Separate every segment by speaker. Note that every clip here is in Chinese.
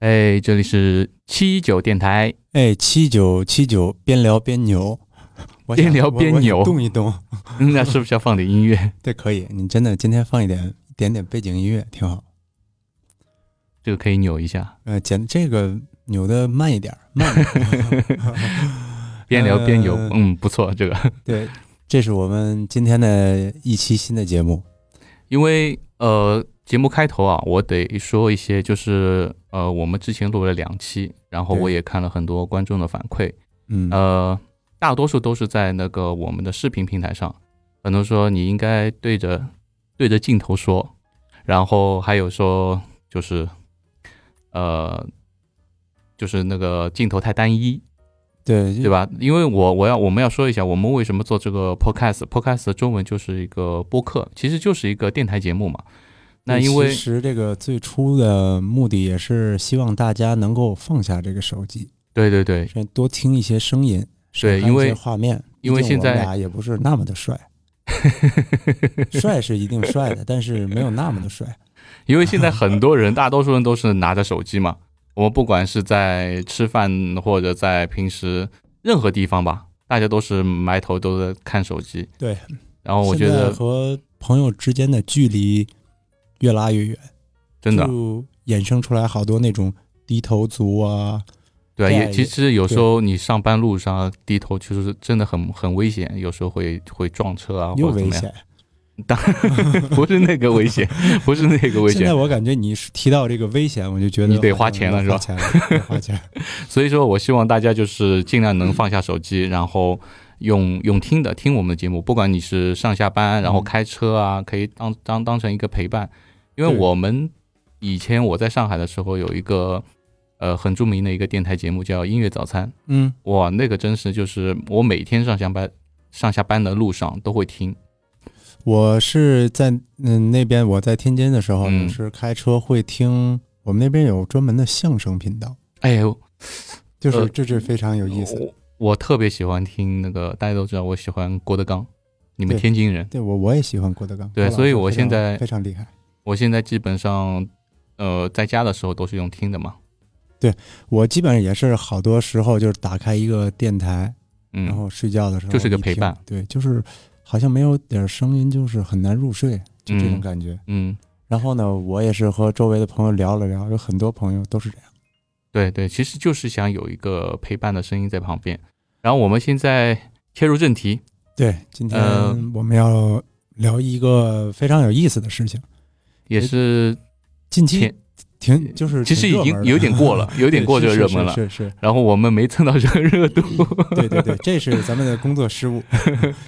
Speaker 1: 哎，这里是七九电 台，
Speaker 2: 哎，七九七九，边聊边扭， 我想
Speaker 1: 边聊
Speaker 2: 我
Speaker 1: 边
Speaker 2: 我想
Speaker 1: 扭
Speaker 2: 动一动，
Speaker 1: 嗯那是不是要放点音乐？
Speaker 2: 对，可以。你真的今天放一点一点点背景音乐，挺好。
Speaker 1: 这个可以扭一下，
Speaker 2: 呃，简这个扭的慢一 点儿，慢一点儿。
Speaker 1: 边聊边扭，
Speaker 2: 呃
Speaker 1: 嗯，不错，这个，
Speaker 2: 对，这是我们今天的一期新的节目。
Speaker 1: 因为呃，节目开头啊，我得说一些，就是呃，我们之前录了两期，然后
Speaker 2: 对
Speaker 1: 我也看了很多观众的反馈，
Speaker 2: 嗯，
Speaker 1: 呃，大多数都是在那个我们的视频平台上，很多说你应该对着对着镜头说，然后还有说就是呃，就是那个镜头太单一，
Speaker 2: 对，
Speaker 1: 对？吧？因为我我要我们要说一下，我们为什么做这个 podcast，podcast 的中文就是一个播客，其实就是一个电台节目嘛。那因为
Speaker 2: 其实这个最初的目的也是希望大家能够放下这个手机，
Speaker 1: 对对对
Speaker 2: 先多听一些声音，少
Speaker 1: 对
Speaker 2: 看
Speaker 1: 因
Speaker 2: 一
Speaker 1: 为
Speaker 2: 些画面，
Speaker 1: 因为
Speaker 2: 毕竟
Speaker 1: 现在
Speaker 2: 我们俩也不是那么的帅。 帅是一定帅的，但是没有那么的帅。
Speaker 1: 因为现在很多人， 大多数人都是拿着手机嘛。我们不管是在吃饭或者在平时任何地方吧，大家都是埋头都在看手机。
Speaker 2: 对，
Speaker 1: 然哦后我觉
Speaker 2: 现在
Speaker 1: 得
Speaker 2: 和朋友之间的距离越拉越远，
Speaker 1: 真的
Speaker 2: 就衍生出来好多那种低头族啊。
Speaker 1: 对啊，
Speaker 2: 对啊
Speaker 1: 也其
Speaker 2: 也
Speaker 1: 实有时候你上班路上低头，其实真的很很危险，有时候会会撞车啊，
Speaker 2: 又
Speaker 1: 或者怎
Speaker 2: 危
Speaker 1: 么样。
Speaker 2: 险！
Speaker 1: 不是那个危 险，不是那个危
Speaker 2: 现在
Speaker 1: 险。
Speaker 2: 我感觉你提到这个危险，我就觉得
Speaker 1: 你得
Speaker 2: 好像
Speaker 1: 花钱了是吧
Speaker 2: 花钱了，得 花钱。
Speaker 1: 所以说我希望大家就是尽量能放下手机，
Speaker 2: 嗯
Speaker 1: 然后用用听的听我们的节目，不管你是上下班，
Speaker 2: 嗯
Speaker 1: 然后开车啊，可以当当当成一个陪伴。因为
Speaker 2: 对
Speaker 1: 我们以前我在上海的时候有一个呃很著名的一个电台节目叫《音乐早餐
Speaker 2: 嗯，》，
Speaker 1: 哇，那个真是就是我每天上下班上下班的路上都会听，
Speaker 2: 我是在嗯那边，我在天津的时候，
Speaker 1: 嗯
Speaker 2: 我是开车会听，我们那边有专门的相声频道，
Speaker 1: 哎呦，
Speaker 2: 就是、
Speaker 1: 呃
Speaker 2: 这是非常有意思。
Speaker 1: 我我特别喜欢听那个，大家都知道我喜欢郭德纲，你们
Speaker 2: 对
Speaker 1: 天津人，
Speaker 2: 对我我也喜欢郭德纲，
Speaker 1: 对
Speaker 2: 郭老师
Speaker 1: 所以我
Speaker 2: 非常
Speaker 1: 现在
Speaker 2: 非常厉害。
Speaker 1: 我现在基本上，呃，在家的时候都是用听的嘛，
Speaker 2: 我基本上也是好多时候就是打开一个电台，然
Speaker 1: 嗯，
Speaker 2: 后睡觉的时候
Speaker 1: 就是个
Speaker 2: 一听
Speaker 1: 陪伴，
Speaker 2: 对，就是好像没有点声音就是很难入睡，就这种
Speaker 1: 嗯
Speaker 2: 感觉。
Speaker 1: 嗯，
Speaker 2: 然后呢，我也是和周围的朋友聊了聊，有很多朋友都是这样。
Speaker 1: 对对，其实就是想有一个陪伴的声音在旁边。然后我们现在切入正题，
Speaker 2: 对，今天
Speaker 1: 呃
Speaker 2: 我们要聊一个非常有意思的事情，
Speaker 1: 也是
Speaker 2: 近期
Speaker 1: 前，
Speaker 2: 挺哎就是
Speaker 1: 其实
Speaker 2: 挺
Speaker 1: 已
Speaker 2: 热
Speaker 1: 经有点
Speaker 2: 门的
Speaker 1: 过 了，有点过这个热门了。
Speaker 2: 是是是
Speaker 1: 然后我们没蹭到这个热度，
Speaker 2: 是，对对对，这是咱们的工作失误。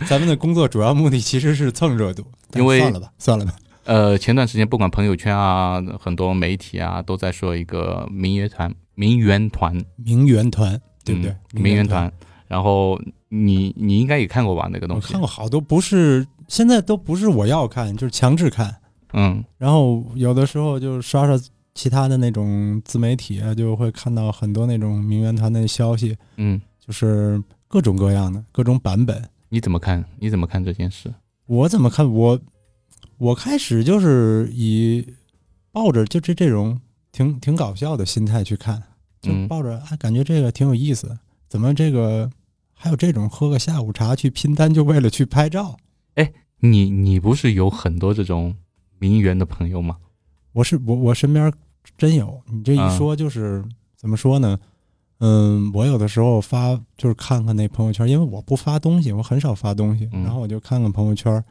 Speaker 2: 咱们的工作主要目的其实是蹭热度，但
Speaker 1: 因为
Speaker 2: 算了吧，算了吧。
Speaker 1: 呃，前段时间不管朋友圈啊，很多媒体啊都在说一个民乐团，民源团，
Speaker 2: 名媛团，对不对
Speaker 1: 嗯？名媛
Speaker 2: 媛，
Speaker 1: 团。然后你你应该也看过吧那个
Speaker 2: 我
Speaker 1: 东西
Speaker 2: 看，过好多，不是现在都不是我要看，就是强制看。
Speaker 1: 嗯，
Speaker 2: 然后有的时候就刷刷其他的那种自媒体啊，就会看到很多那种名媛团的消息，
Speaker 1: 嗯，
Speaker 2: 就是各种各样的各种版本。
Speaker 1: 你怎么看？你怎么看这件事？
Speaker 2: 我怎么看？我我开始就是以抱着就这这种挺挺搞笑的心态去看，就
Speaker 1: 嗯
Speaker 2: 抱着啊，感觉这个挺有意思，怎么这个还有这种喝个下午茶去拼单就为了去拍照？
Speaker 1: 你你不是有很多这种名媛的朋友吗？
Speaker 2: 我是我我身边真有，你这
Speaker 1: 啊
Speaker 2: 一说就是、怎么说呢？嗯，我有的时候发就是看看那朋友圈，因为我不发东西，我很少发东西，
Speaker 1: 嗯
Speaker 2: 然后我就看看朋友圈，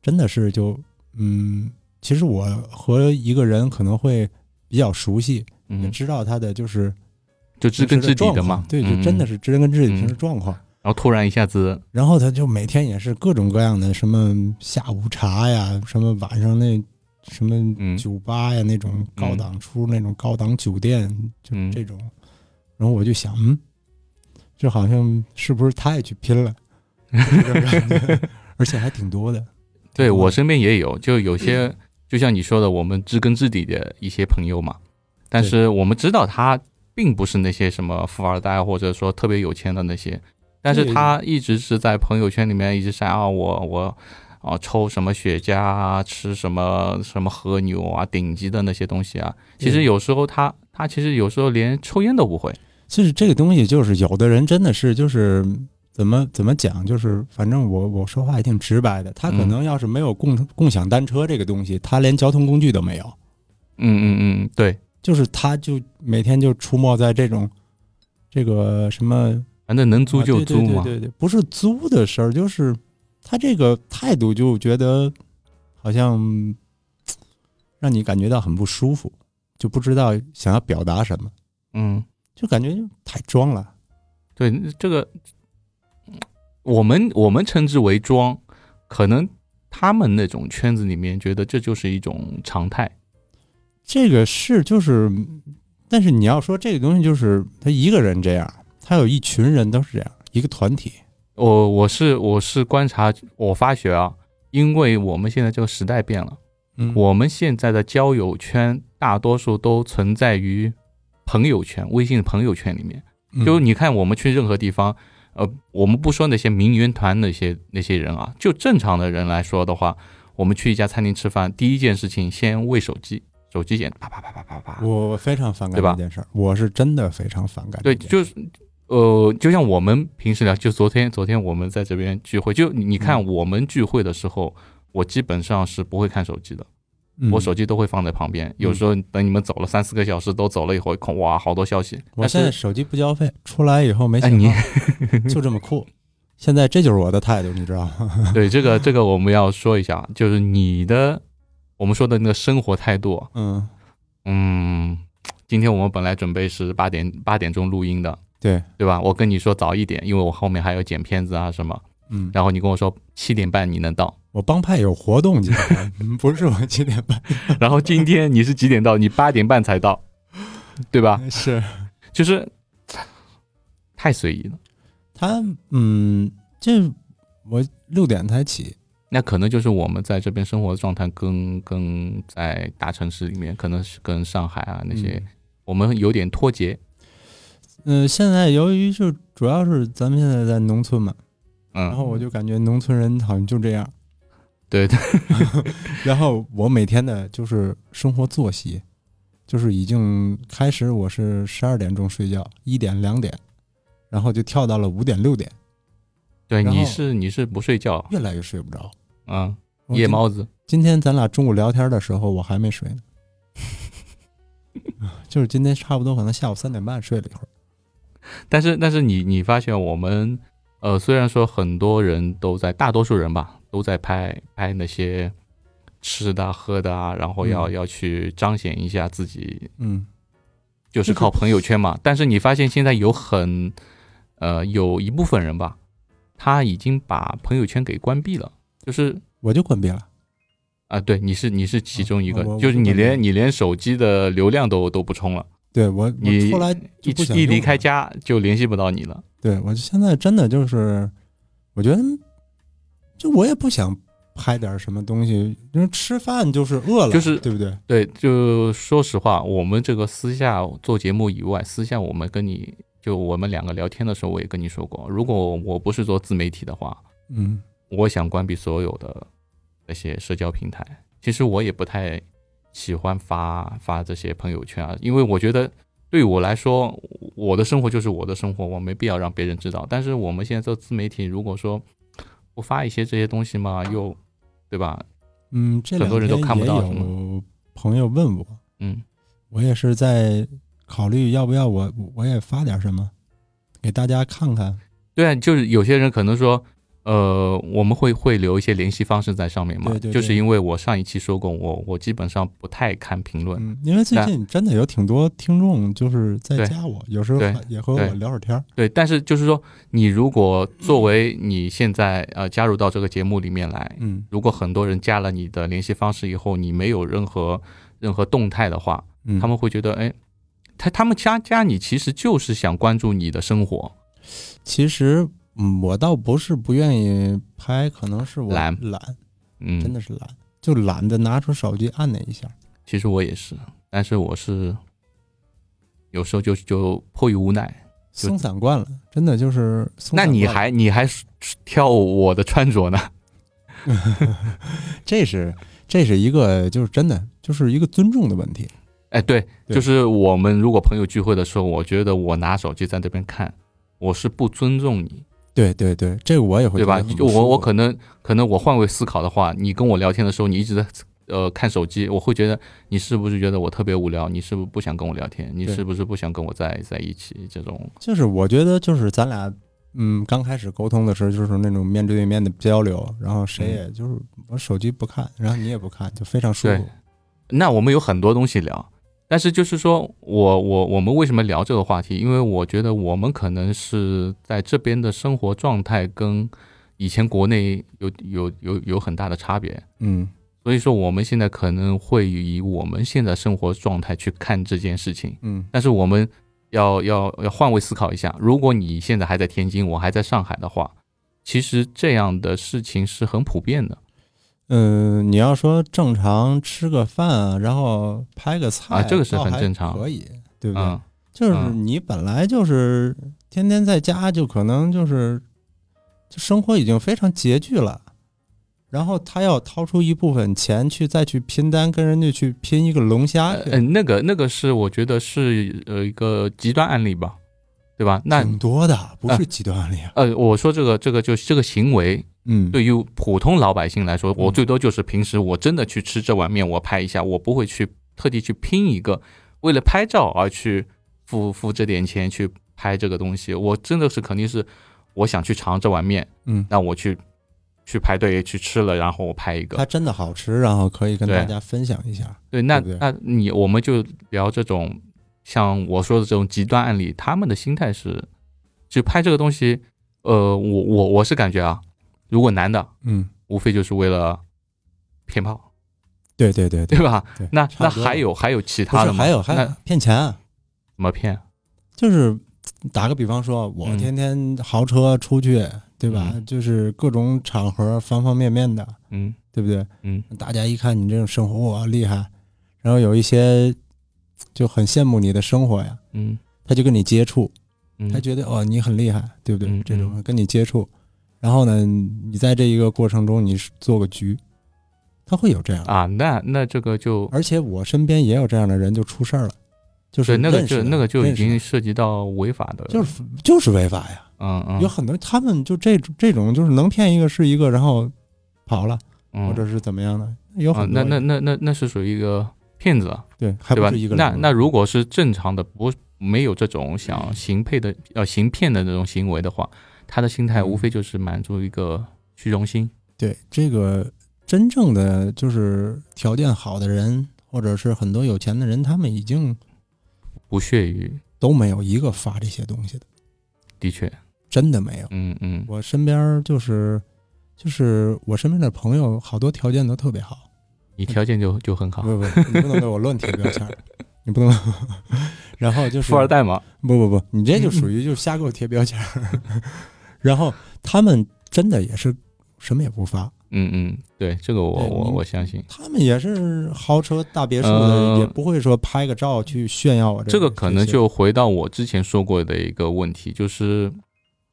Speaker 2: 真的是就嗯，其实我和一个人可能会比较熟悉，也
Speaker 1: 嗯，
Speaker 2: 知道他的就是
Speaker 1: 就知根
Speaker 2: 平
Speaker 1: 知底
Speaker 2: 时状
Speaker 1: 的
Speaker 2: 况
Speaker 1: 嘛，
Speaker 2: 对，就
Speaker 1: 嗯
Speaker 2: 真的。是知根知底
Speaker 1: 嗯
Speaker 2: 平时状况。
Speaker 1: 然后突然一下子，
Speaker 2: 然后他就每天也是各种各样的什么下午茶呀，什么晚上那什
Speaker 1: 嗯
Speaker 2: 么酒吧呀，那种高档出那种高档酒店，就
Speaker 1: 嗯
Speaker 2: 这种。然后我就想，嗯，这好像是不是他也去 拼了？就这种感觉而且还挺多的。嗯
Speaker 1: 对
Speaker 2: 挺多
Speaker 1: 我
Speaker 2: 的
Speaker 1: 身边也有，就有
Speaker 2: 嗯
Speaker 1: 些就像你说的，我们知根知底的一些朋友嘛，但是我们知道他并不是那些什么富二代或者说特别有钱的那些，但是
Speaker 2: 对
Speaker 1: 他一直是在朋友圈里面一直晒啊，我我啊抽什么雪茄啊，吃什么什么和牛啊，顶级的那些东西啊。其实
Speaker 2: 对
Speaker 1: 有时候他他他其实有时候连抽烟都不会。
Speaker 2: 就是这个东西，就是有的人真的是就是怎么怎么讲，就是反正我我说话也挺直白的。
Speaker 1: 嗯
Speaker 2: 他可能要是没有共、共享单车这个东西，他连交通工具都没有，
Speaker 1: 嗯嗯嗯，对，
Speaker 2: 就是他就每天就出没在这种这个什么
Speaker 1: 反正能租就租嘛
Speaker 2: 啊。对对对对对，不是租的事儿，就是他这个态度就觉得好像嗯让你感觉到很不舒服，就不知道想要表达什么，
Speaker 1: 嗯，
Speaker 2: 就感觉就太装了。
Speaker 1: 对，这个我们我们称之为装，可能他们那种圈子里面觉得这就是一种常态。
Speaker 2: 这个是就是，但是你要说这个东西就是他一个人这样，他有一群人都是这样，一个团体。
Speaker 1: 我我是我是观察，我发觉啊，因为我们现在这个时代变了，
Speaker 2: 嗯
Speaker 1: 我们现在的交友圈大多数都存在于朋友圈、微信朋友圈里面。
Speaker 2: 嗯
Speaker 1: 就是你看，我们去任何地方，呃，我们不说那些名媛团那些那些人啊，就正常的人来说的话，我们去一家餐厅吃饭，第一件事情先喂手机，手机捡，啪啪啪啪啪啪。
Speaker 2: 我我非常反感
Speaker 1: 对吧
Speaker 2: 这件事儿，我是真的非常反感
Speaker 1: 对，
Speaker 2: 这件事儿。
Speaker 1: 就是，呃，就像我们平时聊，就昨天，昨天我们在这边聚会，就你你看
Speaker 2: 嗯
Speaker 1: 我们聚会的时候，我基本上是不会看手机的，
Speaker 2: 嗯
Speaker 1: 我手机都会放在旁边。有时候等你们走了三四个小时，都走了以后，一看哇，好多消息。
Speaker 2: 我现在
Speaker 1: 但是
Speaker 2: 手机不交费，出来以后没
Speaker 1: 哎
Speaker 2: 信号，就这么酷。现在这就是我的态度，你知道吗？
Speaker 1: 对这个这个我们要说一下，啊就是你的我们说的那个生活态度啊，
Speaker 2: 嗯，
Speaker 1: 嗯，今天我们本来准备是八点八点钟录音的，
Speaker 2: 对，
Speaker 1: 对吧？我跟你说早一点，因为我后面还要剪片子啊什么。
Speaker 2: 嗯，
Speaker 1: 然后你跟我说七点半你能到，
Speaker 2: 我帮派有活动今天， 嗯不是我七点半，
Speaker 1: 然后今天你是几点到？你八点半才到，对吧？
Speaker 2: 是
Speaker 1: 就是太随意了。
Speaker 2: 他，嗯，这我六点才起，
Speaker 1: 那可能就是我们在这边生活的状态跟跟在大城市里面，可能是跟上海啊那些，
Speaker 2: 嗯
Speaker 1: 我们有点脱节。
Speaker 2: 嗯，现在由于就主要是咱们现在在农村嘛，
Speaker 1: 嗯，
Speaker 2: 然后我就感觉农村人好像就这样。
Speaker 1: 对，
Speaker 2: 然后我每天的就是生活作息，就是已经开始我是十二点钟睡觉，一点两点，然后就跳到了五点六点，
Speaker 1: 对，
Speaker 2: 然后
Speaker 1: 你是你是不睡觉，
Speaker 2: 越来越睡不着。
Speaker 1: 嗯，
Speaker 2: 我
Speaker 1: 夜
Speaker 2: 今。
Speaker 1: 猫子，
Speaker 2: 今天咱俩中午聊天的时候，我还没睡呢。 就是今天差不多可能下午三点半睡了一会儿，
Speaker 1: 但是但是你你发现我们呃，虽然说很多人都在，大多数人吧都在拍拍那些吃的啊、喝的啊，然后要、
Speaker 2: 嗯
Speaker 1: 要去彰显一下自己，
Speaker 2: 嗯，
Speaker 1: 就是靠朋友圈嘛。但是你发现现在有很呃有一部分人吧，他已经把朋友圈给关闭了，就是
Speaker 2: 我就关闭了。
Speaker 1: 啊、对，你是你是其中一个，
Speaker 2: 啊我我
Speaker 1: 就是你
Speaker 2: 我关闭了
Speaker 1: 连你连手机的流量都都不充了，
Speaker 2: 对我，
Speaker 1: 你
Speaker 2: 我后来
Speaker 1: 一
Speaker 2: 就不想
Speaker 1: 一
Speaker 2: 用
Speaker 1: 离
Speaker 2: 了
Speaker 1: 开家就联系不到你了。
Speaker 2: 对我现在真的就是，我觉得就我也不想拍点什么东西，因为吃饭就是饿了，
Speaker 1: 就是
Speaker 2: 对不对？
Speaker 1: 对，就说实话，我们这个私下做节目以外，私下我们跟你就我们两个聊天的时候，我也跟你说过，如果我不是做自媒体的话，
Speaker 2: 嗯，
Speaker 1: 我想关闭所有的那些社交平台。其实我也不太喜欢发发这些朋友圈啊，因为我觉得对我来说，我的生活就是我的生活，我没必要让别人知道。但是我们现在做自媒体，如果说不发一些这些东西嘛，又对吧？
Speaker 2: 嗯，这
Speaker 1: 很
Speaker 2: 两
Speaker 1: 多人都
Speaker 2: 天
Speaker 1: 看不到
Speaker 2: 也
Speaker 1: 是
Speaker 2: 有朋友问我，
Speaker 1: 嗯
Speaker 2: 我也是在考虑要不要我我也发点什么给大家看看。
Speaker 1: 对啊，就是有些人可能说，呃，我们会会留一些联系方式在上面嘛，
Speaker 2: 对对对
Speaker 1: 就是因为我上一期说过，我我基本上不太看评论，
Speaker 2: 嗯，因为最
Speaker 1: 但
Speaker 2: 近真的有挺多听众就是在
Speaker 1: 对
Speaker 2: 加我，有时候
Speaker 1: 对
Speaker 2: 还也和我
Speaker 1: 对
Speaker 2: 聊会儿天儿。
Speaker 1: 对，但是就是说，你如果作为你现在呃加入到这个节目里面来，
Speaker 2: 嗯
Speaker 1: 如果很多人加了你的联系方式以后，你没有任何任何动态的话，
Speaker 2: 嗯，
Speaker 1: 他们会觉得，哎，他他们加加你其实就是想关注你的生活，
Speaker 2: 其实嗯，我倒不是不愿意拍，可能是我
Speaker 1: 懒
Speaker 2: 懒。
Speaker 1: 嗯，
Speaker 2: 真的是懒，就懒得拿出手机按那一下。
Speaker 1: 其实我也是，但是我是有时候就就迫于无奈。就
Speaker 2: 松散惯了，真的就是松
Speaker 1: 那
Speaker 2: 散惯了。
Speaker 1: 你还你还挑我的穿着呢？
Speaker 2: 这是这是一个就是真的就是一个尊重的问题。
Speaker 1: 哎，对，
Speaker 2: 对
Speaker 1: 就是我们如果朋友聚会的时候，我觉得我拿手机在那边看，我是不尊重你，
Speaker 2: 对对对，这个我也会
Speaker 1: 对吧？
Speaker 2: 觉得很
Speaker 1: 就
Speaker 2: 不舒
Speaker 1: 我我
Speaker 2: 服
Speaker 1: 可能可能我换位思考的话，你跟我聊天的时候，你一直在呃看手机，我会觉得你是不是觉得我特别无聊？你是不是不想跟我聊天？你
Speaker 2: 对
Speaker 1: 是不是不想跟我在在一起？这种
Speaker 2: 就是我觉得就是咱俩嗯刚开始沟通的时候，就是那种面对面的交流，然后谁也就是我手机不看，然后你也不看，就非常舒服
Speaker 1: 对。那我们有很多东西聊，但是就是说我我我们为什么聊这个话题？因为我觉得我们可能是在这边的生活状态跟以前国内有有有有很大的差别。
Speaker 2: 嗯，
Speaker 1: 所以说，我们现在可能会以我们现在生活状态去看这件事情，
Speaker 2: 嗯
Speaker 1: 但是我们要要要换位思考一下。如果你现在还在天津，我还在上海的话，其实这样的事情是很普遍的
Speaker 2: 嗯、呃你要说正常吃个饭啊，然后拍个菜
Speaker 1: 啊这个是
Speaker 2: 倒
Speaker 1: 很
Speaker 2: 还
Speaker 1: 正常
Speaker 2: 可以，对不对？
Speaker 1: 啊、
Speaker 2: 就是
Speaker 1: 嗯
Speaker 2: 你本来就是天天在家，就可能就是就生活已经非常拮据了，然后他要掏出一部分钱去再去拼单，跟人家去拼一个龙虾
Speaker 1: 嗯。
Speaker 2: 去，
Speaker 1: 呃，那个那个是我觉得是呃一个极端案例吧，对吧？那
Speaker 2: 挺多的，不是极端案例啊。
Speaker 1: 呃，我说这个这个就是这个行为，
Speaker 2: 嗯，
Speaker 1: 对于普通老百姓来说，我
Speaker 2: 嗯
Speaker 1: 最多就是平时我真的去吃这碗面，我拍一下，我不会去特地去拼一个，为了拍照而去付付这点钱去拍这个东西。我真的是肯定是我想去尝这碗面，
Speaker 2: 嗯，
Speaker 1: 那我去去排队去吃了，然后我拍一
Speaker 2: 它
Speaker 1: 个。
Speaker 2: 真的好吃，然后可以跟
Speaker 1: 对
Speaker 2: 大家分享一下。
Speaker 1: 对，那
Speaker 2: 对不
Speaker 1: 那你我们就聊这种像我说的这种极端案例，他们的心态是，就拍这个东西，呃，我我我是感觉啊，如果男的
Speaker 2: 嗯，
Speaker 1: 无非就是为了骗炮。
Speaker 2: 对对对
Speaker 1: 对，吧
Speaker 2: 对？
Speaker 1: 那
Speaker 2: 差
Speaker 1: 那
Speaker 2: 不多
Speaker 1: 还有还有其
Speaker 2: 不
Speaker 1: 他
Speaker 2: 是
Speaker 1: 的吗？
Speaker 2: 还有还
Speaker 1: 那
Speaker 2: 有骗钱啊，
Speaker 1: 怎么骗？
Speaker 2: 就是打个比方说，我
Speaker 1: 嗯
Speaker 2: 天天豪车出去，对吧？
Speaker 1: 嗯
Speaker 2: 就是各种场合方方面面的，
Speaker 1: 嗯
Speaker 2: 对不对？
Speaker 1: 嗯，
Speaker 2: 大家一看你这种生活，哇，厉害！然后有一些就很羡慕你的生活呀，
Speaker 1: 嗯
Speaker 2: 他就跟你接触，
Speaker 1: 嗯，
Speaker 2: 他觉得哦，你很厉害，对不对？
Speaker 1: 嗯
Speaker 2: 这种跟你接触，然后呢，你在这一个过程中，你是做个局，他会有这样的。
Speaker 1: 啊，那那这个就
Speaker 2: 而且我身边也有这样的人，就出事儿了，就是
Speaker 1: 对那个
Speaker 2: 认识
Speaker 1: 就
Speaker 2: 的
Speaker 1: 那个就已
Speaker 2: 认识的
Speaker 1: 经涉及到违法的，
Speaker 2: 就是就是违法呀。
Speaker 1: 嗯嗯
Speaker 2: 有很多他们就这种这种就是能骗一个是一个，然后跑了
Speaker 1: 嗯，
Speaker 2: 或者是怎么样的，有
Speaker 1: 啊
Speaker 2: 很，多
Speaker 1: 那那那那那是属于一个骗子，
Speaker 2: 对，还
Speaker 1: 对
Speaker 2: 不
Speaker 1: 吧
Speaker 2: 是一个？
Speaker 1: 那
Speaker 2: 人
Speaker 1: 那如果是正常的，不没有这种
Speaker 2: 嗯
Speaker 1: 想行骗的呃行骗的那种行为的话，他的心态
Speaker 2: 嗯
Speaker 1: 无非就是满足一个虚荣心，
Speaker 2: 对这个真正的就是条件好的人，或者是很多有钱的人，他们已经
Speaker 1: 不屑于，
Speaker 2: 都没有一个发这些东西的，
Speaker 1: 的确，
Speaker 2: 真的没有。
Speaker 1: 嗯嗯
Speaker 2: 我身边儿就是就是我身边的朋友，好多条件都特别好，
Speaker 1: 你条件就就很好，
Speaker 2: 不不，你不能对我乱贴标签 儿，你不能。 然后就是
Speaker 1: 富二代嗯嘛，
Speaker 2: 不不不，你这就属于就瞎给我贴标签儿。 然后他们真的也是什么也不发，
Speaker 1: 嗯嗯，对，这个我
Speaker 2: 对
Speaker 1: 我
Speaker 2: 你
Speaker 1: 我相信。
Speaker 2: 他们也是豪车大别墅的，
Speaker 1: 呃
Speaker 2: 也不会说拍个照去炫耀我这
Speaker 1: 这个可能
Speaker 2: 些
Speaker 1: 就回到我之前说过的一个问题，就是，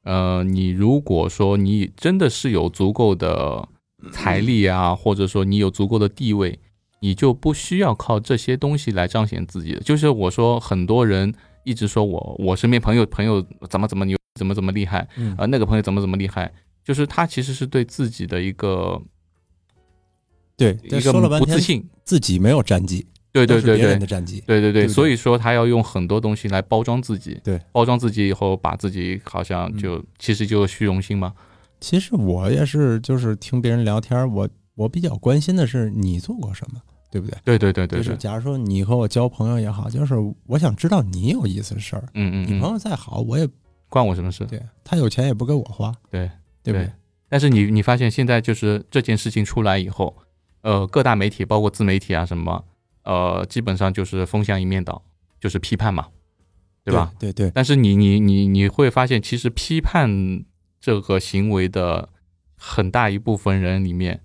Speaker 1: 呃，你如果说你真的是有足够的财力啊，或者说你有足够的地位，你就不需要靠这些东西来彰显自己的。就是我说，很多人一直说我我身边朋友朋友怎么怎么牛，怎么怎么厉害啊、
Speaker 2: 嗯
Speaker 1: 呃那个朋友怎么怎么厉害，就是他其实是对自己的一个
Speaker 2: 对，
Speaker 1: 一
Speaker 2: 但
Speaker 1: 个
Speaker 2: 说了半
Speaker 1: 不
Speaker 2: 天
Speaker 1: 自信。
Speaker 2: 自己没有战绩，
Speaker 1: 对
Speaker 2: 对
Speaker 1: 对对
Speaker 2: 别
Speaker 1: 对
Speaker 2: 人的，战绩，
Speaker 1: 对对
Speaker 2: 对
Speaker 1: 对，
Speaker 2: 不对
Speaker 1: 所以说他要用很多东西来包装自己，
Speaker 2: 对，嗯
Speaker 1: 包装自己以后，把自己好像就、其实就是虚荣心嘛，
Speaker 2: 其实我也是，就是听别人聊天儿，我我比较关心的是你做过什么，对不对？
Speaker 1: 对对对对
Speaker 2: 就
Speaker 1: 对
Speaker 2: 是，假如说你和我交朋友也好，就是我想知道你有意思的事儿。
Speaker 1: 嗯
Speaker 2: 你
Speaker 1: 嗯
Speaker 2: 朋
Speaker 1: 嗯，
Speaker 2: 友再好，我也
Speaker 1: 关我什么事？
Speaker 2: 对他有钱也不给我花，
Speaker 1: 对
Speaker 2: 对不
Speaker 1: 对？但是你你发现现在就是这件事情出来以后，呃，各大媒体包括自媒体啊什么，呃，基本上就是风向一面倒，就是批判嘛，对吧？？
Speaker 2: 对对，
Speaker 1: 但是你你你你会发现，其实批判这个行为的很大一部分人里面，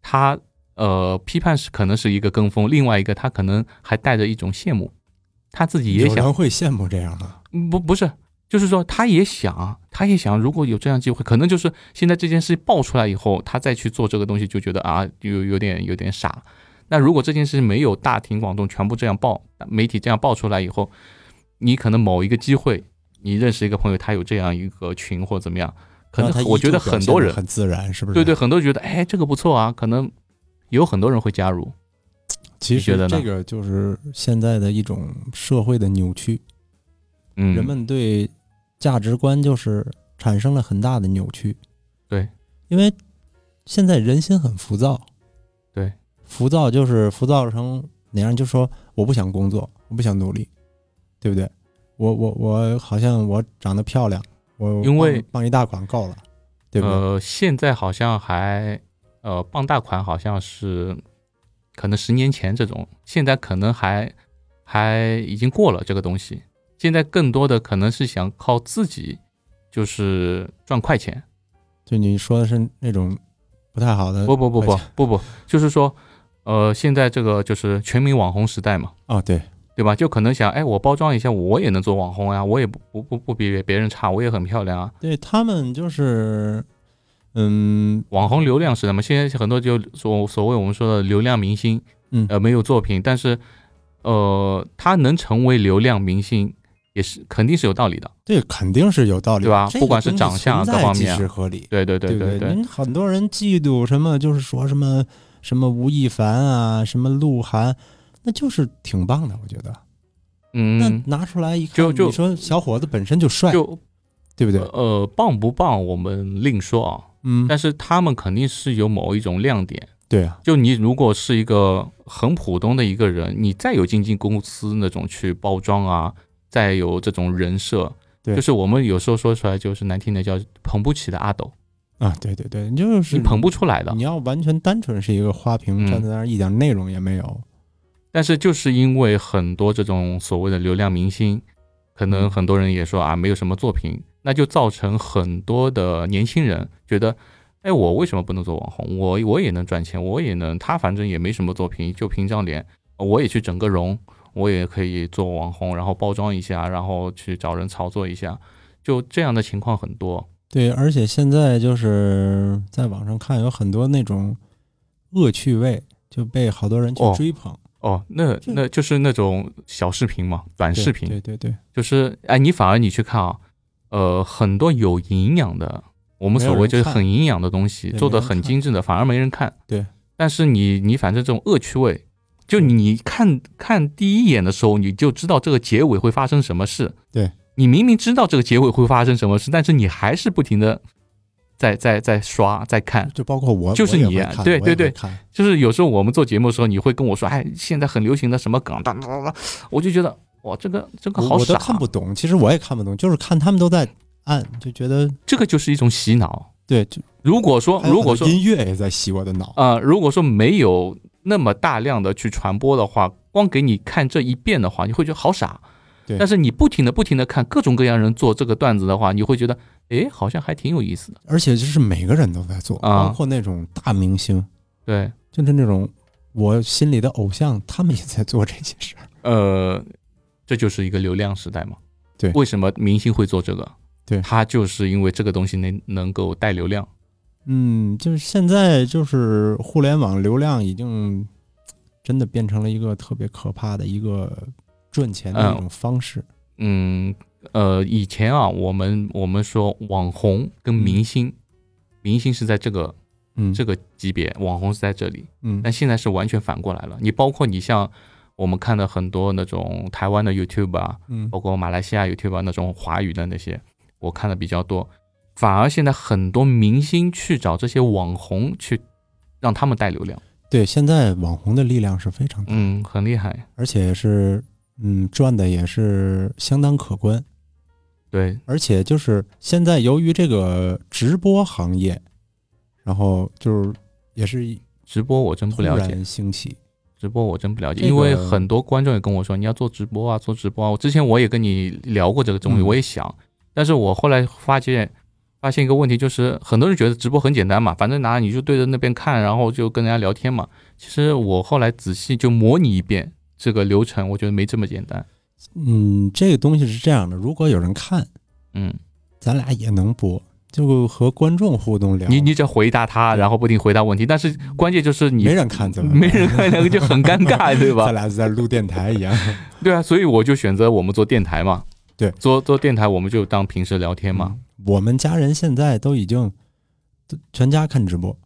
Speaker 1: 他呃批判是可能是一个跟风，另外一个他可能还带着一种羡慕，他自己也
Speaker 2: 有
Speaker 1: 想
Speaker 2: 人会羡慕这样的，
Speaker 1: 嗯不不是，就是说他也想，他也想，如果有这样机会，可能就是现在这件事爆出来以后，他再去做这个东西，就觉得啊有有点有点傻。那如果这件事情没有大庭广众全部这样爆，媒体这样爆出来以后，你可能某一个机会，你认识一个朋友，他有这样一个群或怎么样，可
Speaker 2: 然后他
Speaker 1: 能
Speaker 2: 依
Speaker 1: 我觉
Speaker 2: 旧
Speaker 1: 得
Speaker 2: 表
Speaker 1: 很
Speaker 2: 现
Speaker 1: 多
Speaker 2: 得
Speaker 1: 人，
Speaker 2: 很自然，是不是？
Speaker 1: 对对，很多人觉得哎这个不错啊，可能有很多人会加入。
Speaker 2: 其
Speaker 1: 你觉
Speaker 2: 实
Speaker 1: 得呢
Speaker 2: 这个就是现在的一种社会的扭曲，
Speaker 1: 嗯，
Speaker 2: 人们对价值观就是产生了很大的扭曲。
Speaker 1: 对，
Speaker 2: 因为现在人心很浮躁。
Speaker 1: 对，
Speaker 2: 浮躁就是浮躁成哪样？就说我不想工作，我不想努力，对不对？我我我好像我长得漂亮，我
Speaker 1: 因为
Speaker 2: 傍傍一大款够了，对不对？
Speaker 1: 呃，现在好像还呃傍大款好像是可能十年前这种，现在可能还还已经过了这个东西。现在更多的可能是想靠自己，就是赚快钱。
Speaker 2: 就你说的是那种不太好的
Speaker 1: 不不不
Speaker 2: 嗯快
Speaker 1: 不不不，就是说，呃，现在这个就是全民网红时代嘛，
Speaker 2: 哦，对，
Speaker 1: 对吧？就可能想，哎，我包装一下，我也能做网红呀、啊我也不不不不比别人差，我也很漂亮啊。
Speaker 2: 对他们就是，嗯
Speaker 1: 网红流量是什么？现在很多就所所谓我们说的流量明星，
Speaker 2: 嗯
Speaker 1: 呃，没有作品，但是，呃，他能成为流量明星，也是肯定是有道理的。
Speaker 2: 这肯定是有道理的，
Speaker 1: 对吧
Speaker 2: 这个
Speaker 1: 不管是长相啊
Speaker 2: 东西存在
Speaker 1: 各方面啊
Speaker 2: 即是合理，
Speaker 1: 对对
Speaker 2: 对
Speaker 1: 对
Speaker 2: 不
Speaker 1: 对对，
Speaker 2: 您很多人嫉妒什么，就是说什么什么吴亦凡啊，什么鹿晗，那就是挺棒的，我觉得。那
Speaker 1: 嗯，
Speaker 2: 拿出来一看，
Speaker 1: 就就
Speaker 2: 你说小伙子本身就帅，
Speaker 1: 就
Speaker 2: 对不对？
Speaker 1: 呃棒不棒我们另说啊，
Speaker 2: 嗯，
Speaker 1: 但是他们肯定是有某一种亮点。
Speaker 2: 对啊，
Speaker 1: 就你如果是一个很普通的一个人，你再有经纪公司那种去包装啊，再有这种人设，
Speaker 2: 对
Speaker 1: 就是我们有时候说出来就是难听的叫捧不起的阿斗，
Speaker 2: 啊，对对对，你就是
Speaker 1: 你捧不出来的
Speaker 2: 你。要完全单纯是一个花瓶，
Speaker 1: 嗯
Speaker 2: 站在那儿一点内容也没有，
Speaker 1: 但是就是因为很多这种所谓的流量明星，可能很多人也说啊，没有什么作品，那就造成很多的年轻人觉得，哎，我为什么不能做网红？我我也能赚钱，我也能，他反正也没什么作品，就凭张脸，我也去整个容，我也可以做网红，然后包装一下，然后去找人炒作一下，就这样的情况很多。
Speaker 2: 对，而且现在就是在网上看有很多那种恶趣味，就被好多人去
Speaker 1: 哦
Speaker 2: 追捧，
Speaker 1: 哦，那
Speaker 2: 这
Speaker 1: 那就是那种小视频嘛，短
Speaker 2: 对
Speaker 1: 视频，
Speaker 2: 对对对，
Speaker 1: 就是哎，你反而你去看啊，呃，很多有营养的，我们所谓就是很营养的东西，
Speaker 2: 没有人看
Speaker 1: 做的很精致的，反而没人看。
Speaker 2: 对，
Speaker 1: 但是你你反正这种恶趣味，就你看看第一眼的时候，你就知道这个结尾会发生什么事。
Speaker 2: 对，
Speaker 1: 你明明知道这个结尾会发生什么事，但是你还是不停的在在在刷在看。
Speaker 2: 就包括我，
Speaker 1: 就是
Speaker 2: 我也
Speaker 1: 你
Speaker 2: 会
Speaker 1: 啊
Speaker 2: 看
Speaker 1: 对
Speaker 2: 我也
Speaker 1: 对对
Speaker 2: 会看
Speaker 1: 就是有时候我们做节目的时候，你会跟我说，哎，现在很流行的什么梗，哒哒哒哒，我就觉得哇，这个这个
Speaker 2: 我
Speaker 1: 好
Speaker 2: 我都
Speaker 1: 傻，啊
Speaker 2: 看不懂，其实我也看不懂，就是看他们都在按，就觉得
Speaker 1: 这个就是一种洗脑。
Speaker 2: 对，就
Speaker 1: 如果说
Speaker 2: 还有
Speaker 1: 哦如果
Speaker 2: 很多
Speaker 1: 说
Speaker 2: 音乐也在洗我的脑，
Speaker 1: 呃，如果说没有那么大量的去传播的话，光给你看这一遍的话，你会觉得好傻。
Speaker 2: 对
Speaker 1: 但是你不停的不停的看各种各样人做这个段子的话，你会觉得，诶，好像还挺有意思的。
Speaker 2: 而且就是每个人都在做，
Speaker 1: 啊
Speaker 2: 包括那种大明星，
Speaker 1: 对，
Speaker 2: 就是那种我心里的偶像，他们也在做这件事儿。
Speaker 1: 呃，这就是一个流量时代嘛。
Speaker 2: 对
Speaker 1: 为什么明星会做这个？
Speaker 2: 对
Speaker 1: 他就是因为这个东西能能够带流量。
Speaker 2: 嗯，就是现在就是互联网流量已经真的变成了一个特别可怕的一个赚钱的一种方式。
Speaker 1: 嗯，呃，以前啊，我们我们说网红跟明星，明星是在这个
Speaker 2: 嗯，
Speaker 1: 这个哎级别，网红是在这里。
Speaker 2: 嗯
Speaker 1: 但现在是完全反过来了。你包括你像我们看的很多那种台湾的 YouTube 啊，
Speaker 2: 嗯
Speaker 1: 包括马来西亚 YouTube 啊那种华语的那些，我看的比较多。反而现在很多明星去找这些网红去让他们带流量，
Speaker 2: 对，现在网红的力量是非常大，
Speaker 1: 嗯，很厉害。
Speaker 2: 而且是嗯赚的也是相当可观。
Speaker 1: 对，
Speaker 2: 而且就是现在由于这个直播行业，然后就是也是
Speaker 1: 直播我真不
Speaker 2: 突
Speaker 1: 了解，
Speaker 2: 然兴起。
Speaker 1: 直播我真不了解，
Speaker 2: 这个
Speaker 1: 因为很多观众也跟我说你要做直播啊，做直播啊。我之前我也跟你聊过这个东西，
Speaker 2: 嗯
Speaker 1: 我也想，但是我后来发现发现一个问题，就是很多人觉得直播很简单嘛，反正拿你就对着那边看，然后就跟人家聊天嘛。其实我后来仔细就模拟一遍这个流程，我觉得没这么简单。
Speaker 2: 嗯，这个东西是这样的，如果有人看，
Speaker 1: 嗯，
Speaker 2: 咱俩也能播，就和观众互动聊，
Speaker 1: 你你只要回答他，然后不停回答问题，但是关键就是你
Speaker 2: 没人看怎么 办
Speaker 1: 没人看，那个就很尴尬，对吧
Speaker 2: 咱？俩在录电台一样，
Speaker 1: 对啊，所以我就选择我们做电台嘛。
Speaker 2: 对
Speaker 1: 做做电台，我们就当平时聊天嘛。
Speaker 2: 我们家人现在都已经都全家看直播，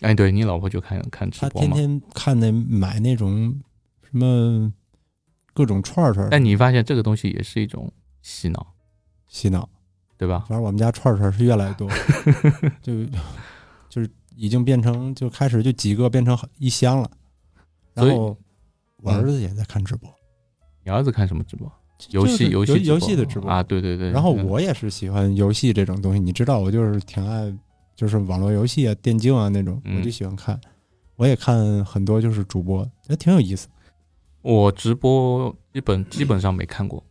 Speaker 1: 哎，对你老婆就看看直
Speaker 2: 他
Speaker 1: 播
Speaker 2: 天
Speaker 1: 嘛。
Speaker 2: 天看那买那种什么各种串串
Speaker 1: 但哎你发现这个东西也是一种洗脑，
Speaker 2: 洗脑，
Speaker 1: 对吧？
Speaker 2: 反正我们家串串是越来 越多，就就是已经变成就开始就几个变成一箱了，然
Speaker 1: 所以
Speaker 2: 后我
Speaker 1: 嗯
Speaker 2: 儿子也在看直播，
Speaker 1: 你儿子看什么直播？游戏、
Speaker 2: 游
Speaker 1: 戏、
Speaker 2: 游戏的直播
Speaker 1: 啊，对对对。
Speaker 2: 然后
Speaker 1: 嗯
Speaker 2: 我也是喜欢游戏这种东西，你知道，我就是挺爱，就是网络游戏啊、电竞啊那种，
Speaker 1: 嗯
Speaker 2: 我就喜欢看。我也看很多就是主播，也挺有意思。
Speaker 1: 我直播基本基本上没看过，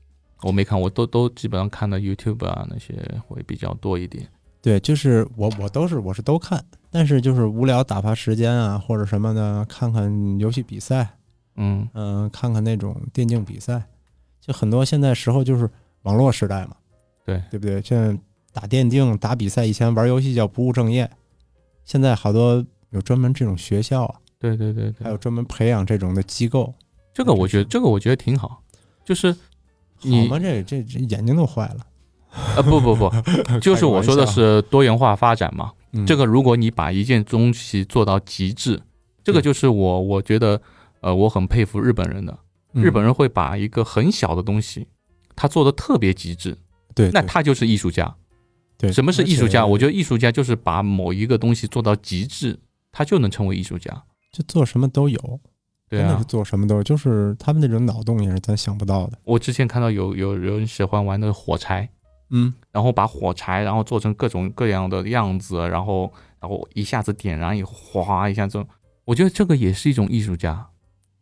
Speaker 1: 我没看，我都都基本上看的 YouTube 啊那些会比较多一点。
Speaker 2: 对，就是我我都是我是都看，但是就是无聊打发时间啊或者什么的，看看游戏比赛，
Speaker 1: 嗯，
Speaker 2: 嗯、看看那种电竞比赛，就很多现在时候就是网络时代嘛，
Speaker 1: 对
Speaker 2: 对不对？现在打电竞打比赛，以前玩游戏叫不务正业，现在好多有专门这种学校啊，
Speaker 1: 对对对对，
Speaker 2: 还有专门培养这种的机构，
Speaker 1: 这个我觉得
Speaker 2: 啊
Speaker 1: 这个我觉得挺好，就是
Speaker 2: 好
Speaker 1: 你
Speaker 2: 吗？这这这眼睛都坏了。
Speaker 1: 呃不不 不，就是我说的是多元化发展嘛。
Speaker 2: 嗯
Speaker 1: 这个如果你把一件东西做到极致，这个
Speaker 2: 对
Speaker 1: 就是我我觉得呃我很佩服日本人的，日本
Speaker 2: 人
Speaker 1: 人会把一个很小的东西，他做的特别极致，
Speaker 2: 对，
Speaker 1: 那
Speaker 2: 对
Speaker 1: 他就是艺术家。
Speaker 2: 对
Speaker 1: 什么是艺术家？我
Speaker 2: 就
Speaker 1: 觉得艺术家就是把某一个东西做到极致，他就能成为艺术家。
Speaker 2: 就做什么都有，
Speaker 1: 对
Speaker 2: 真的
Speaker 1: 啊
Speaker 2: 是，做什么都有，就是他们那种脑洞也是咱想不到的。
Speaker 1: 我之前看到有有有人喜欢玩的火柴，
Speaker 2: 嗯，
Speaker 1: 然后把火柴然后做成各种各样的样子，然后然后一下子点燃以后，哗一下子，我觉得这个也是一种艺术家。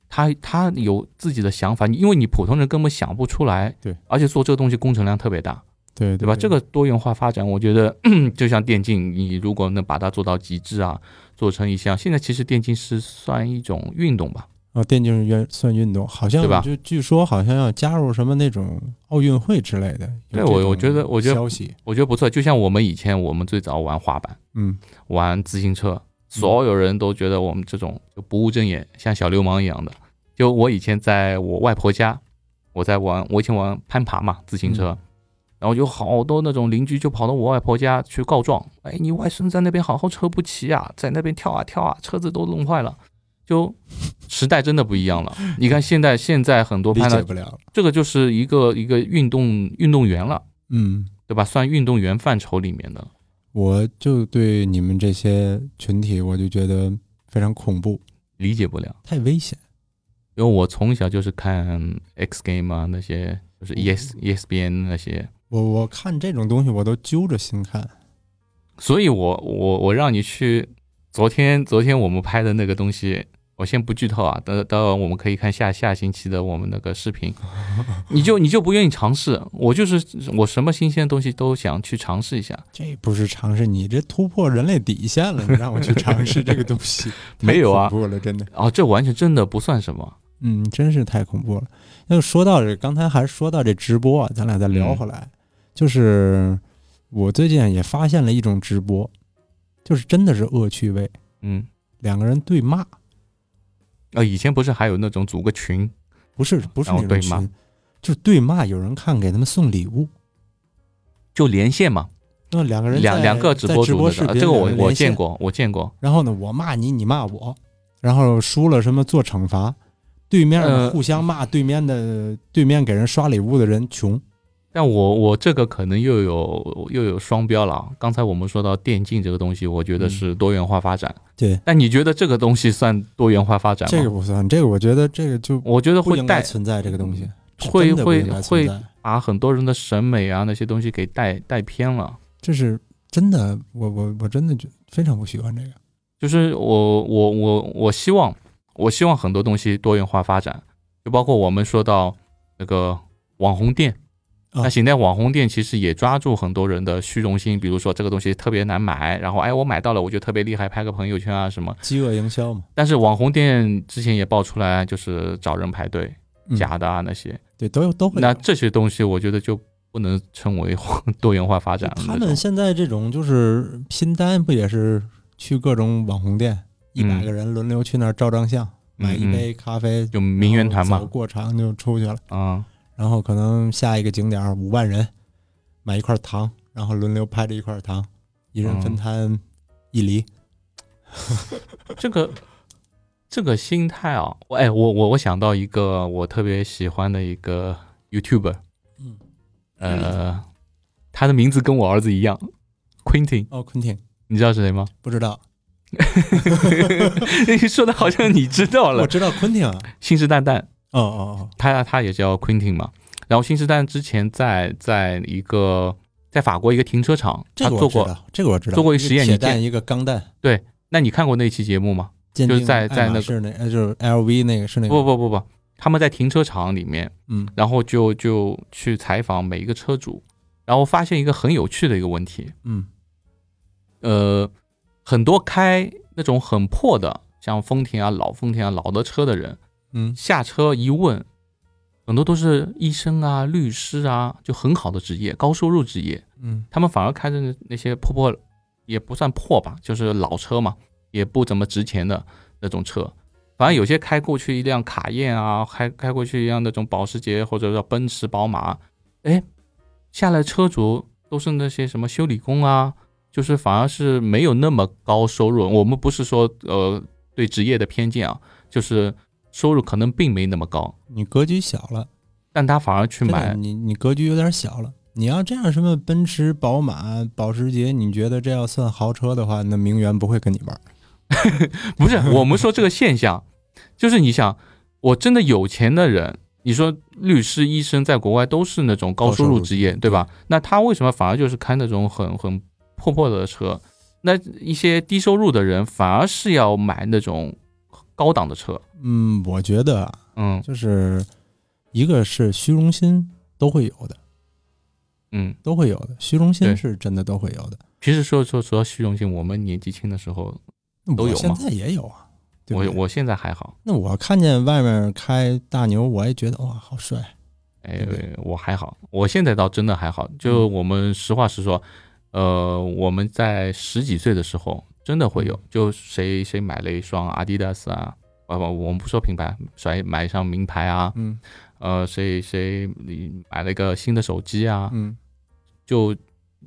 Speaker 1: 他他有自己的想法，因为你普通人根本想不出来。
Speaker 2: 对，
Speaker 1: 而且做这个东西工程量特别大。
Speaker 2: 对
Speaker 1: 对吧？这个多元化发展，我觉得 就像电竞，你如果能把它做到极致啊，做成一项，现在其实电竞是算一种运动吧？
Speaker 2: 哦，电竞运算运动，好像
Speaker 1: 对吧
Speaker 2: 就据说好像要加入什么那种奥运会之类的。
Speaker 1: 对
Speaker 2: 有这
Speaker 1: 我
Speaker 2: 种
Speaker 1: 我觉得我觉得
Speaker 2: 消息，
Speaker 1: 我觉得不错。就像我们以前，我们最早玩滑板、
Speaker 2: 嗯，
Speaker 1: 玩自行车，所有人都觉得我们这种就不务正业，像小流氓一样的。就我以前在我外婆家，我在玩，我以前玩攀爬嘛，自行车。
Speaker 2: 嗯
Speaker 1: 然后有好多那种邻居就跑到我外婆家去告状，哎，你外孙在那边好好车不骑啊，在那边跳啊跳啊，车子都弄坏了。就时代真的不一样了，你看现在现在很多
Speaker 2: 理
Speaker 1: 攀
Speaker 2: 解
Speaker 1: 的
Speaker 2: 不了。
Speaker 1: 这个就是一个一个运动运动员了，
Speaker 2: 嗯，
Speaker 1: 对吧？算运动员范畴里面的，
Speaker 2: 我就对你们这些群体，我就觉得非常恐怖，
Speaker 1: 理解不了。
Speaker 2: 太危险。
Speaker 1: 因为我从小就是看 X Game 啊那些，就是
Speaker 2: 嗯
Speaker 1: E ES ESPN 那些，
Speaker 2: 我我看这种东西，我都揪着心看。
Speaker 1: 所以我我我让你去，昨天昨天我们拍的那个东西，我先不剧透啊，等等我们可以看下下星期的我们那个视 频，你就你就不愿意尝试，我就是我什么新鲜的东西都想去尝试一下，
Speaker 2: 这不是尝试，你这突破人类底线了，你让我去尝试这个东西，太
Speaker 1: 没有啊
Speaker 2: 恐怖了，真的，
Speaker 1: 哦，这完全真的不算什么，
Speaker 2: 嗯，真是太恐怖了。那就说到这，刚才还是说到这直播啊，咱俩再
Speaker 1: 嗯
Speaker 2: 聊回来，就是我最近也发现了一种直播，就是真的是恶趣味，
Speaker 1: 嗯，
Speaker 2: 两个人对骂，
Speaker 1: 呃，以前不是还有那种组个群，
Speaker 2: 不是不是
Speaker 1: 然后
Speaker 2: 那种
Speaker 1: 哦对骂
Speaker 2: 群，就是对骂，有人看给他们送礼物，
Speaker 1: 就连线嘛，
Speaker 2: 那两个人
Speaker 1: 两
Speaker 2: 在
Speaker 1: 两个直播
Speaker 2: 在直
Speaker 1: 主
Speaker 2: 播
Speaker 1: 那
Speaker 2: 视
Speaker 1: 种，
Speaker 2: 频
Speaker 1: 呃这个
Speaker 2: 两
Speaker 1: 我
Speaker 2: 人
Speaker 1: 我
Speaker 2: 连线
Speaker 1: 见过，我见过，
Speaker 2: 然后呢，我骂你，你骂我，然后输了什么做惩罚，对面
Speaker 1: 呃
Speaker 2: 互相骂，对面的对面给人刷礼物的人穷，
Speaker 1: 但我我这个可能又有又有双标了啊。刚才我们说到电竞这个东西，我
Speaker 2: 嗯
Speaker 1: 觉得是多元化发展。
Speaker 2: 对，
Speaker 1: 但你觉得这个东西算多元化发展吗？
Speaker 2: 这个不算，这个我觉得这个就
Speaker 1: 我觉得
Speaker 2: 不
Speaker 1: 会
Speaker 2: 应该
Speaker 1: 带嗯
Speaker 2: 存在这个东西，
Speaker 1: 会
Speaker 2: 真的不应该
Speaker 1: 会
Speaker 2: 存在，
Speaker 1: 把很多人的审美啊那些东西给带带偏了。
Speaker 2: 这是真的，我我我真的觉非常不喜欢这个，
Speaker 1: 就是我我我我希望我希望很多东西多元化发展，就包括我们说到那个网红店。
Speaker 2: 啊
Speaker 1: 那现在网红店其实也抓住很多人的虚荣心，比如说这个东西特别难买，然后哎我买到了我就特别厉害，拍个朋友圈啊什么。
Speaker 2: 饥饿营销嘛，
Speaker 1: 但是网红店之前也爆出来，就是找人排队、
Speaker 2: 嗯
Speaker 1: 假的啊那些，
Speaker 2: 对都有都会有
Speaker 1: 那这些东西我觉得就不能称为多元化发展的那
Speaker 2: 他
Speaker 1: 种。
Speaker 2: 们现在这种就是拼单，不也是去各种网红店，一百
Speaker 1: 嗯
Speaker 2: 个人轮流去那儿照张相，买一
Speaker 1: 嗯嗯
Speaker 2: 杯咖啡，
Speaker 1: 就名媛团
Speaker 2: 走
Speaker 1: 嘛，
Speaker 2: 过场就出去了。
Speaker 1: 啊、
Speaker 2: 然后可能下一个景点儿五万人买一块糖，然后轮流拍这一块糖，一人
Speaker 1: 嗯
Speaker 2: 分摊一厘。
Speaker 1: 这个这个心态啊，我哎，我我我想到一个我特别喜欢的一个 YouTuber，
Speaker 2: 嗯，
Speaker 1: 呃，他的名字跟我儿子一样，Quentin，
Speaker 2: 哦，昆汀
Speaker 1: 你知道是谁吗？
Speaker 2: 不知道，
Speaker 1: 你说的好像你知道
Speaker 2: 我
Speaker 1: 了，
Speaker 2: 知道昆汀啊，
Speaker 1: 信誓旦旦，
Speaker 2: 哦哦
Speaker 1: 他他也叫 Quentin 嘛。然后信誓旦旦之前在在一个在法国一个停车场，
Speaker 2: 这个
Speaker 1: 他
Speaker 2: 我
Speaker 1: 做
Speaker 2: 知
Speaker 1: 过。
Speaker 2: 道，这个我知道，
Speaker 1: 做过
Speaker 2: 一
Speaker 1: 一
Speaker 2: 个
Speaker 1: 实验
Speaker 2: 铁
Speaker 1: 你见
Speaker 2: 弹一个钢弹，
Speaker 1: 那你看过那期节目吗？
Speaker 2: 鉴
Speaker 1: 就是
Speaker 2: 定
Speaker 1: 在
Speaker 2: 爱
Speaker 1: 在
Speaker 2: 马
Speaker 1: 那个
Speaker 2: 仕那呃就是 LV 那个是那个
Speaker 1: 不不不不，他们在停车场里面，
Speaker 2: 嗯
Speaker 1: 然后就就去采访每一个车主，然后发现一个很有趣的一个问题，
Speaker 2: 嗯
Speaker 1: 呃，很多开那种很破的，像丰田啊、老丰田啊、老的车的人，
Speaker 2: 嗯
Speaker 1: 下车一问，很多都是医生啊、律师啊，就很好的职业，高收入职业。
Speaker 2: 嗯
Speaker 1: 他们反而开着那那些破破，也不算破吧，就是老车嘛，也不怎么值钱的那种车。反正有些开过去一辆卡宴啊，开开过去一辆那种保时捷或者叫奔驰、宝马，哎，下来车主都是那些什么修理工啊，就是反而是没有那么高收入。我们不是说呃对职业的偏见啊，就是收入可能并没那么高，
Speaker 2: 你格局小了，
Speaker 1: 但他反而去
Speaker 2: 真的
Speaker 1: 买，
Speaker 2: 你你格局有点小了。你要这样什么奔驰、宝马、保时捷，你觉得这要算豪车的话，那名媛不会跟你玩儿。
Speaker 1: 不是，我们说这个现象，就是你想，我真的有钱的人，你说律师、医生在国外都是那种高收入职业，对吧？那他为什么反而就是开那种很很破破的车？那一些低收入的人反而是要买那种高档的车，
Speaker 2: 嗯，我觉得啊，
Speaker 1: 嗯
Speaker 2: 就是一个是虚荣心都会有的，
Speaker 1: 嗯。
Speaker 2: 都会有的，虚荣心
Speaker 1: 对
Speaker 2: 是真的都会有的。
Speaker 1: 其实说说说到虚荣心，我们年纪轻的时候，都有
Speaker 2: 我
Speaker 1: 吗
Speaker 2: 现在也有啊。对不
Speaker 1: 我
Speaker 2: 对
Speaker 1: 我现在还好，
Speaker 2: 那我看见外面开大牛，我也觉得哇，好帅。
Speaker 1: 哎
Speaker 2: 对不对，嗯
Speaker 1: 我还好，我现在倒真的还好。就我们实话实说，呃，我们在十几岁的时候真的会有，
Speaker 2: 嗯
Speaker 1: 就谁谁买了一双阿迪达斯啊，啊不，我们不说品牌，谁买一双名牌啊，
Speaker 2: 嗯
Speaker 1: 呃，谁谁嗯买了一个新的手机啊，
Speaker 2: 嗯，
Speaker 1: 就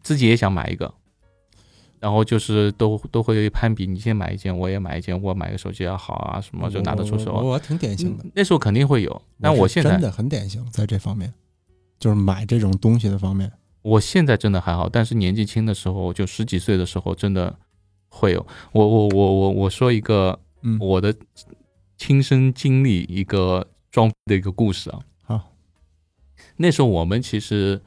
Speaker 1: 自己也想买一个，然后就是都都会攀比，你先买一件，我也买一件，我买个手机要好啊，什么就拿得出手
Speaker 2: 我我
Speaker 1: 啊。
Speaker 2: 我我挺典型的。
Speaker 1: 那时候肯定会有，但
Speaker 2: 我
Speaker 1: 我
Speaker 2: 是
Speaker 1: 现在
Speaker 2: 真的很典型，在这方面，就是买这种东西的方面。
Speaker 1: 我现在真的还好，但是年纪轻的时候，就十几岁的时候，真的会有。我我我我我说一个
Speaker 2: 嗯，
Speaker 1: 我的亲身经历，一个装逼的一个故事啊。
Speaker 2: 好，
Speaker 1: 那时候我们其实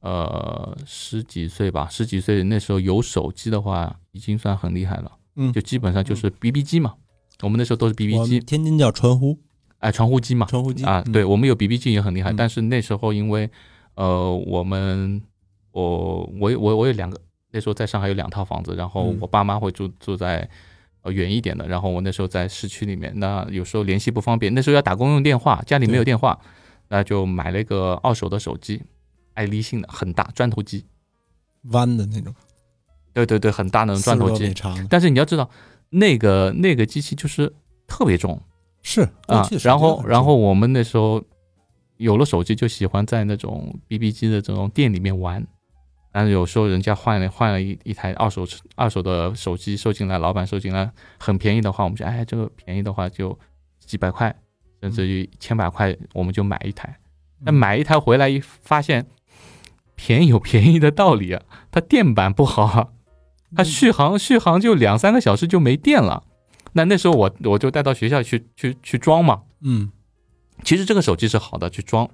Speaker 1: 呃十几岁吧，十几岁那时候有手机的话，已经算很厉害了，
Speaker 2: 嗯
Speaker 1: 就基本上就是 BB 机嘛。我们那时候都是 BB
Speaker 2: 我们
Speaker 1: 机，
Speaker 2: 天津叫传呼，
Speaker 1: 哎，传呼机嘛，
Speaker 2: 传呼嗯机
Speaker 1: 啊，对，，我们有 BB 机也很厉害，
Speaker 2: 嗯
Speaker 1: 但是那时候因为呃，我们我我有我我有两个，那时候在上海有两套房子，然后
Speaker 2: 嗯
Speaker 1: 我爸妈会住住在呃远一点的，然后我那时候在市区里面，那有时候联系不方便，那时候要打公用电话，家里没有
Speaker 2: 对
Speaker 1: 电话，那就买了一个二手的手机，爱立信的，很大砖头机，
Speaker 2: 嗯弯的那种，
Speaker 1: 对对对，很大的那种砖嗯头
Speaker 2: 40多米
Speaker 1: 机，
Speaker 2: 长的，
Speaker 1: 但是你要知道，那个那个机器就是特别重，
Speaker 2: 是过
Speaker 1: 啊
Speaker 2: 去手，机
Speaker 1: 然
Speaker 2: 很
Speaker 1: 后
Speaker 2: 重
Speaker 1: 然后我们那时候有了手机，就喜欢在那种 BB 机的这种店里面玩。但是有时候人家换了换了一一台二手车二手的手机收进来，老板收进来很便宜的话，我们就哎这个便宜的话就几百块，甚
Speaker 2: 嗯
Speaker 1: 至于千把块，我们就买一台。但买一台回来一发现，便宜有便宜的道理啊，它电板不好啊，
Speaker 2: 嗯
Speaker 1: 它续航续航就两三个小时就没电了。那那时候我我就带到学校去去去装嘛，
Speaker 2: 嗯
Speaker 1: 其实这个手机是好的，去装。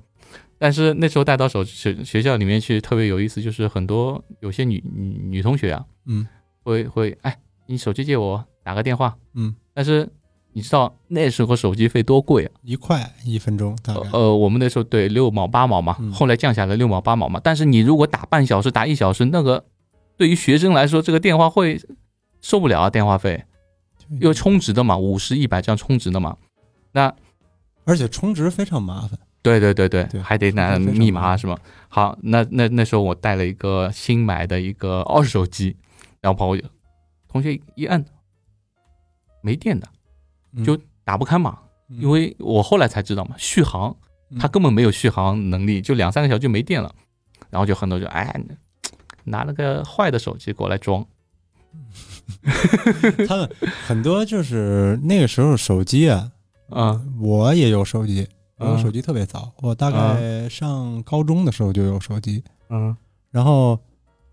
Speaker 1: 但是那时候带到手学学校里面去，特别有意思，就是很多有些女女女同学啊，
Speaker 2: 嗯
Speaker 1: 会会哎，你手机借我打个电话。
Speaker 2: 嗯，
Speaker 1: 但是你知道那时候手机费多贵啊？
Speaker 2: 一块一分钟大概
Speaker 1: 呃，呃，我们那时候对六毛八毛嘛
Speaker 2: 嗯，
Speaker 1: 后来降下来六毛八毛嘛。但是你如果打半小时、打一小时，那个对于学生来说，这个电话会受不了啊，电话
Speaker 2: 嗯
Speaker 1: 费呃
Speaker 2: 就
Speaker 1: 因为充值的嘛，五十、一百这样充值的嘛。那
Speaker 2: 而且充值非常麻烦，
Speaker 1: 对对对对，
Speaker 2: 对
Speaker 1: 还得拿
Speaker 2: 非常
Speaker 1: 密码
Speaker 2: 麻烦
Speaker 1: 什么。好，那那那时候我带了一个新买的一个二手机，然后把我同学一按，没电的，
Speaker 2: 嗯
Speaker 1: 就打不开码。
Speaker 2: 嗯
Speaker 1: 因为我后来才知道嘛，续航它根本没有续航能力，就两三个小时就没电了。然后就很多人就哎，拿了个坏的手机过来装。
Speaker 2: 嗯 他们很多就是那个时候手机啊，
Speaker 1: 嗯，
Speaker 2: 我也有手机，我有
Speaker 1: 嗯
Speaker 2: 手机特别早，我大
Speaker 1: 啊
Speaker 2: 概上高中的时候就有手机，
Speaker 1: 嗯
Speaker 2: 然后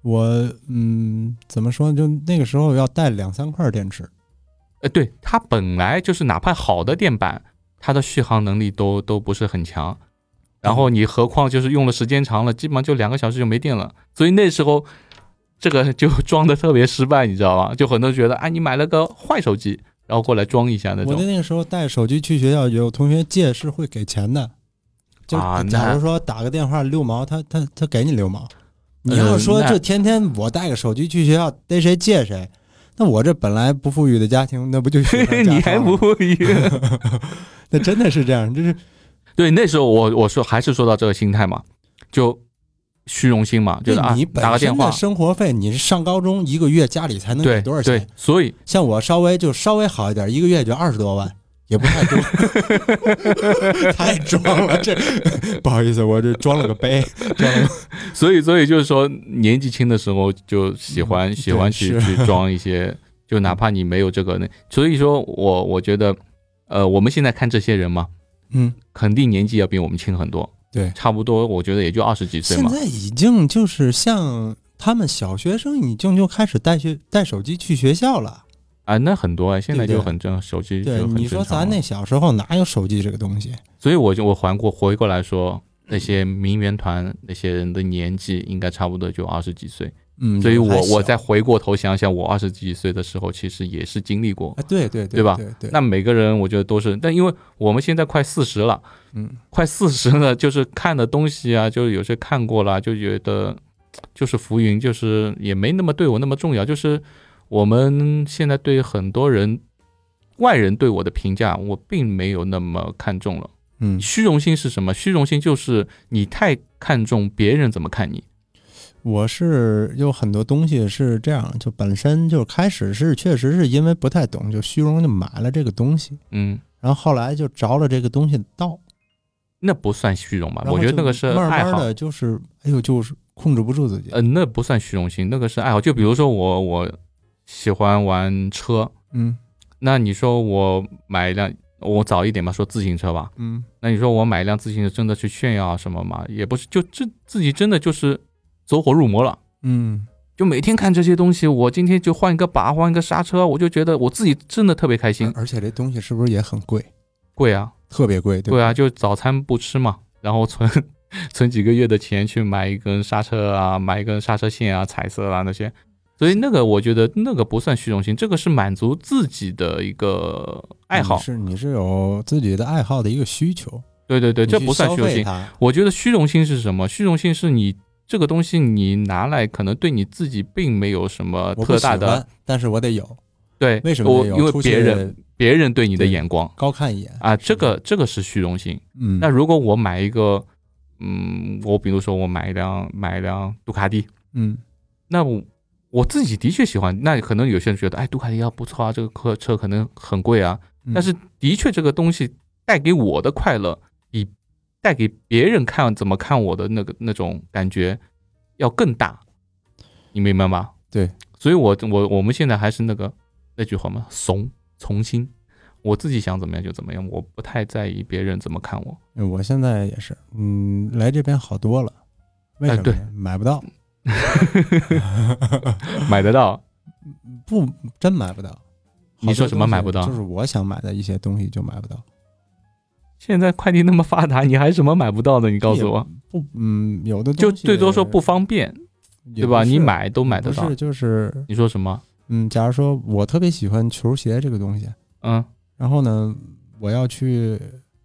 Speaker 2: 我嗯怎么说呢，就那个时候要带两三块电池，
Speaker 1: 呃，对，它本来就是哪怕好的电板，它的续航能力都都不是很强。然后你何况就是用了时间长了，基本上就两个小时就没电了。所以那时候这个就装的特别失败，你知道吧？就很多人觉得啊，你买了个坏手机，然后过来装一下那
Speaker 2: 我在
Speaker 1: 种。
Speaker 2: 那个时候带手机去学校，有同学借是会给钱的，就
Speaker 1: 啊
Speaker 2: 假
Speaker 1: 那
Speaker 2: 如说打个电话六毛，他他他给你六毛。你
Speaker 1: 呃
Speaker 2: 要说
Speaker 1: 那
Speaker 2: 这天天我带个手机去学校逮谁借谁，那我这本来不富裕的家庭，那不就
Speaker 1: 你还不？一样。
Speaker 2: 那真的是这样，就是
Speaker 1: 对，那时候我我说还是说到这个心态嘛，就虚荣心嘛， 觉得啊
Speaker 2: 你，
Speaker 1: 打
Speaker 2: 本
Speaker 1: 个电
Speaker 2: 身的
Speaker 1: 话，
Speaker 2: 生活费，你是上高中一个月家里才能给
Speaker 1: 对
Speaker 2: 多少
Speaker 1: 对
Speaker 2: 钱？，
Speaker 1: 所以
Speaker 2: 像我稍微就稍微好一点，一个月也就二十多万。也不太多， 太装了，这 不好意思，我这装了个杯，装了个
Speaker 1: 所以所以就是说，年纪轻的时候就喜欢、
Speaker 2: 嗯
Speaker 1: 喜欢去
Speaker 2: 对
Speaker 1: 去装一 些，就哪怕你没有这个那，所以说我我觉得，呃，我们现在看这些人嘛，
Speaker 2: 嗯，
Speaker 1: 肯定年纪要比我们轻很多，
Speaker 2: 对
Speaker 1: 差不多我觉得也就二十几岁
Speaker 2: 现
Speaker 1: 嘛，
Speaker 2: 在已经就是像他们小学生已经就开始带去带手机去学校了。
Speaker 1: 啊，那很多啊，现在
Speaker 2: 对对
Speaker 1: 就很正，手机就
Speaker 2: 对，
Speaker 1: 很
Speaker 2: 你
Speaker 1: 正
Speaker 2: 说
Speaker 1: 常啊
Speaker 2: 咱
Speaker 1: 了
Speaker 2: 那小时候哪有手机这个东西？
Speaker 1: 所以我就我环过回过来说，那些名媛团那些人的年纪应该差不多就二十几岁，
Speaker 2: 嗯，
Speaker 1: 所以
Speaker 2: 还
Speaker 1: 我
Speaker 2: 小
Speaker 1: 我再回过头想想，我二十几岁的时候其实也是经历过
Speaker 2: 啊，。对对对
Speaker 1: 对吧
Speaker 2: 对对，
Speaker 1: 那每个人我觉得都是，但因为我们现在快四十了，
Speaker 2: 嗯，
Speaker 1: 快四十了， 就是看的东西啊，就是有些看过了，就觉得就是浮云，就是也没那么对我那么重要。就是我们现在对很多人外人对我的评价，我并没有那么看重了。
Speaker 2: 嗯，
Speaker 1: 虚荣心是什么？虚荣心就是你太看重别人怎么看你。
Speaker 2: 我是有很多东西是这样，就本身就开始是确实是因为不太懂，就虚荣就买了这个东西，
Speaker 1: 嗯，
Speaker 2: 然后后来就着了这个东西的道。
Speaker 1: 那不算虚荣吧？
Speaker 2: 然后
Speaker 1: 啊我觉得
Speaker 2: 就
Speaker 1: 那个是
Speaker 2: 慢
Speaker 1: 爱
Speaker 2: 慢
Speaker 1: 好。
Speaker 2: 的就是，哎呦，就是控制不住自己。
Speaker 1: 呃，那不算虚荣心，那个是爱好。就比如说我，我喜欢玩车，
Speaker 2: 嗯
Speaker 1: 那你说我买一辆，我早一点嘛，说自行车吧。
Speaker 2: 嗯，
Speaker 1: 那你说我买一辆自行车，真的去炫耀啊什么嘛？也不是，就这自己真的就是走火入魔了。
Speaker 2: 嗯，
Speaker 1: 就每天看这些东西，我今天就换一个把，换一个刹车，我就觉得我自己真的特别开心。
Speaker 2: 而且这东西是不是也很贵？
Speaker 1: 贵啊，
Speaker 2: 特别贵，对吧
Speaker 1: 对啊，就早餐不吃嘛，然后存 存几个月的钱去买一根刹车啊，买一根刹车线啊，彩色啊那些。所以那个我觉得那个不算虚荣心，这个是满足自己的一个爱好
Speaker 2: 你。嗯是你是有自己的爱好的一个需求，
Speaker 1: 对对对，这不算虚荣
Speaker 2: 你去
Speaker 1: 心
Speaker 2: 消。费它
Speaker 1: 我觉得虚荣心是什么？虚荣心是你这个东西你拿来可能对你自己并没有什么
Speaker 2: 我不
Speaker 1: 特
Speaker 2: 喜
Speaker 1: 大的
Speaker 2: 欢，但是我得有，
Speaker 1: 对，
Speaker 2: 为什么
Speaker 1: 我
Speaker 2: 得有？
Speaker 1: 因为
Speaker 2: 出去
Speaker 1: 别人别人对你的
Speaker 2: 对
Speaker 1: 眼光
Speaker 2: 高看一眼
Speaker 1: 啊，
Speaker 2: 是
Speaker 1: 这
Speaker 2: 吧
Speaker 1: 个这个是虚荣心。
Speaker 2: 嗯，
Speaker 1: 那如果我买一个，嗯，我比如说我买一辆买一辆杜卡迪，
Speaker 2: 嗯
Speaker 1: 那我我自己的确喜欢，那可能有些人觉得，哎，杜卡迪要不错啊，这个车车可能很贵啊，
Speaker 2: 嗯
Speaker 1: 但是的确这个东西带给我的快乐，比带给别人看怎么看我的那个那种感觉要更大，你明白吗？
Speaker 2: 对，
Speaker 1: 所以我我我们现在还是那个那句话嘛，怂从心，我自己想怎么样就怎么样，我不太在意别人怎么看我。
Speaker 2: 我现在也是，嗯，来这边好多了，为什么
Speaker 1: 哎对
Speaker 2: 呢？买不到，
Speaker 1: 买得到，
Speaker 2: 不真买不到。
Speaker 1: 你说什么
Speaker 2: 好多东
Speaker 1: 买不到
Speaker 2: 西就是我想买的一些东西就买不到。
Speaker 1: 现在快递那么发达，你还什么买不到的？你告诉我，
Speaker 2: 不，嗯，有的东
Speaker 1: 就
Speaker 2: 西
Speaker 1: 最多说不方便，
Speaker 2: 也
Speaker 1: 对吧？
Speaker 2: 不是
Speaker 1: 你买都买
Speaker 2: 也
Speaker 1: 得
Speaker 2: 不
Speaker 1: 到
Speaker 2: 是。就是
Speaker 1: 你说什么？
Speaker 2: 嗯，假如说我特别喜欢球鞋这个东西，
Speaker 1: 嗯
Speaker 2: 然后呢，我要去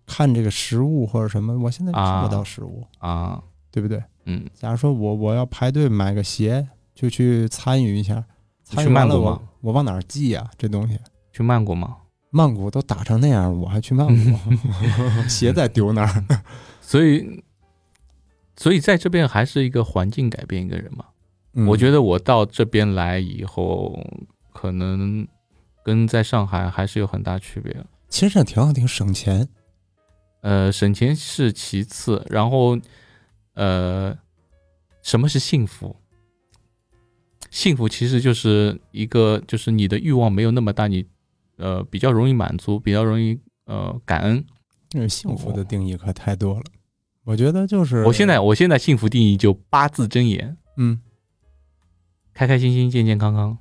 Speaker 2: 看这个实物或者什么，我现在
Speaker 1: 啊
Speaker 2: 看不到实物，
Speaker 1: 啊，
Speaker 2: 对不对？
Speaker 1: 嗯，
Speaker 2: 假如说我我要排队买个鞋，就去参与一下，
Speaker 1: 你
Speaker 2: 参
Speaker 1: 去
Speaker 2: 与完
Speaker 1: 曼
Speaker 2: 了
Speaker 1: 谷
Speaker 2: 我
Speaker 1: 吗？
Speaker 2: 我往哪儿寄呀、这东西
Speaker 1: 去曼谷吗？
Speaker 2: 曼谷都打成那样，我还去曼谷，鞋再丢哪儿？
Speaker 1: 所以，所以在这边还是一个环境改变一个人嘛。
Speaker 2: 嗯
Speaker 1: 我觉得我到这边来以后，可能跟在上海还是有很大区别。
Speaker 2: 其实这挺好，挺省钱。
Speaker 1: 呃，省钱是其次，然后，呃，什么是幸福？幸福其实就是一个，就是你的欲望没有那么大，你呃比较容易满足，比较容易呃感恩。
Speaker 2: 嗯，幸福的定义可太多了。我觉得就是
Speaker 1: 我现在我现在幸福定义就八字真言：
Speaker 2: 嗯，
Speaker 1: 开开心心、健健康康，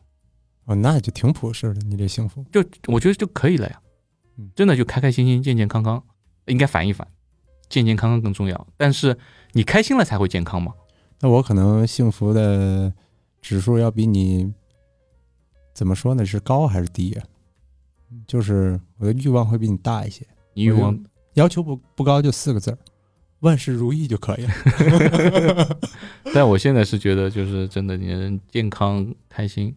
Speaker 2: 哦，那就挺普世的，你这幸福。
Speaker 1: 就我觉得就可以了呀
Speaker 2: 嗯。
Speaker 1: 真的就开开心心、健健康康，应该反一反，健健康康更重要。但是你开心了才会健康嘛。
Speaker 2: 那我可能幸福的指数要比你怎么说呢？是高还是低呀、就是我的欲望会比你大一些，
Speaker 1: 你欲
Speaker 2: 我
Speaker 1: 望
Speaker 2: 就要求不不高，就四个字儿，万事如意就可以了。
Speaker 1: 但我现在是觉得，就是真的，你人健康开心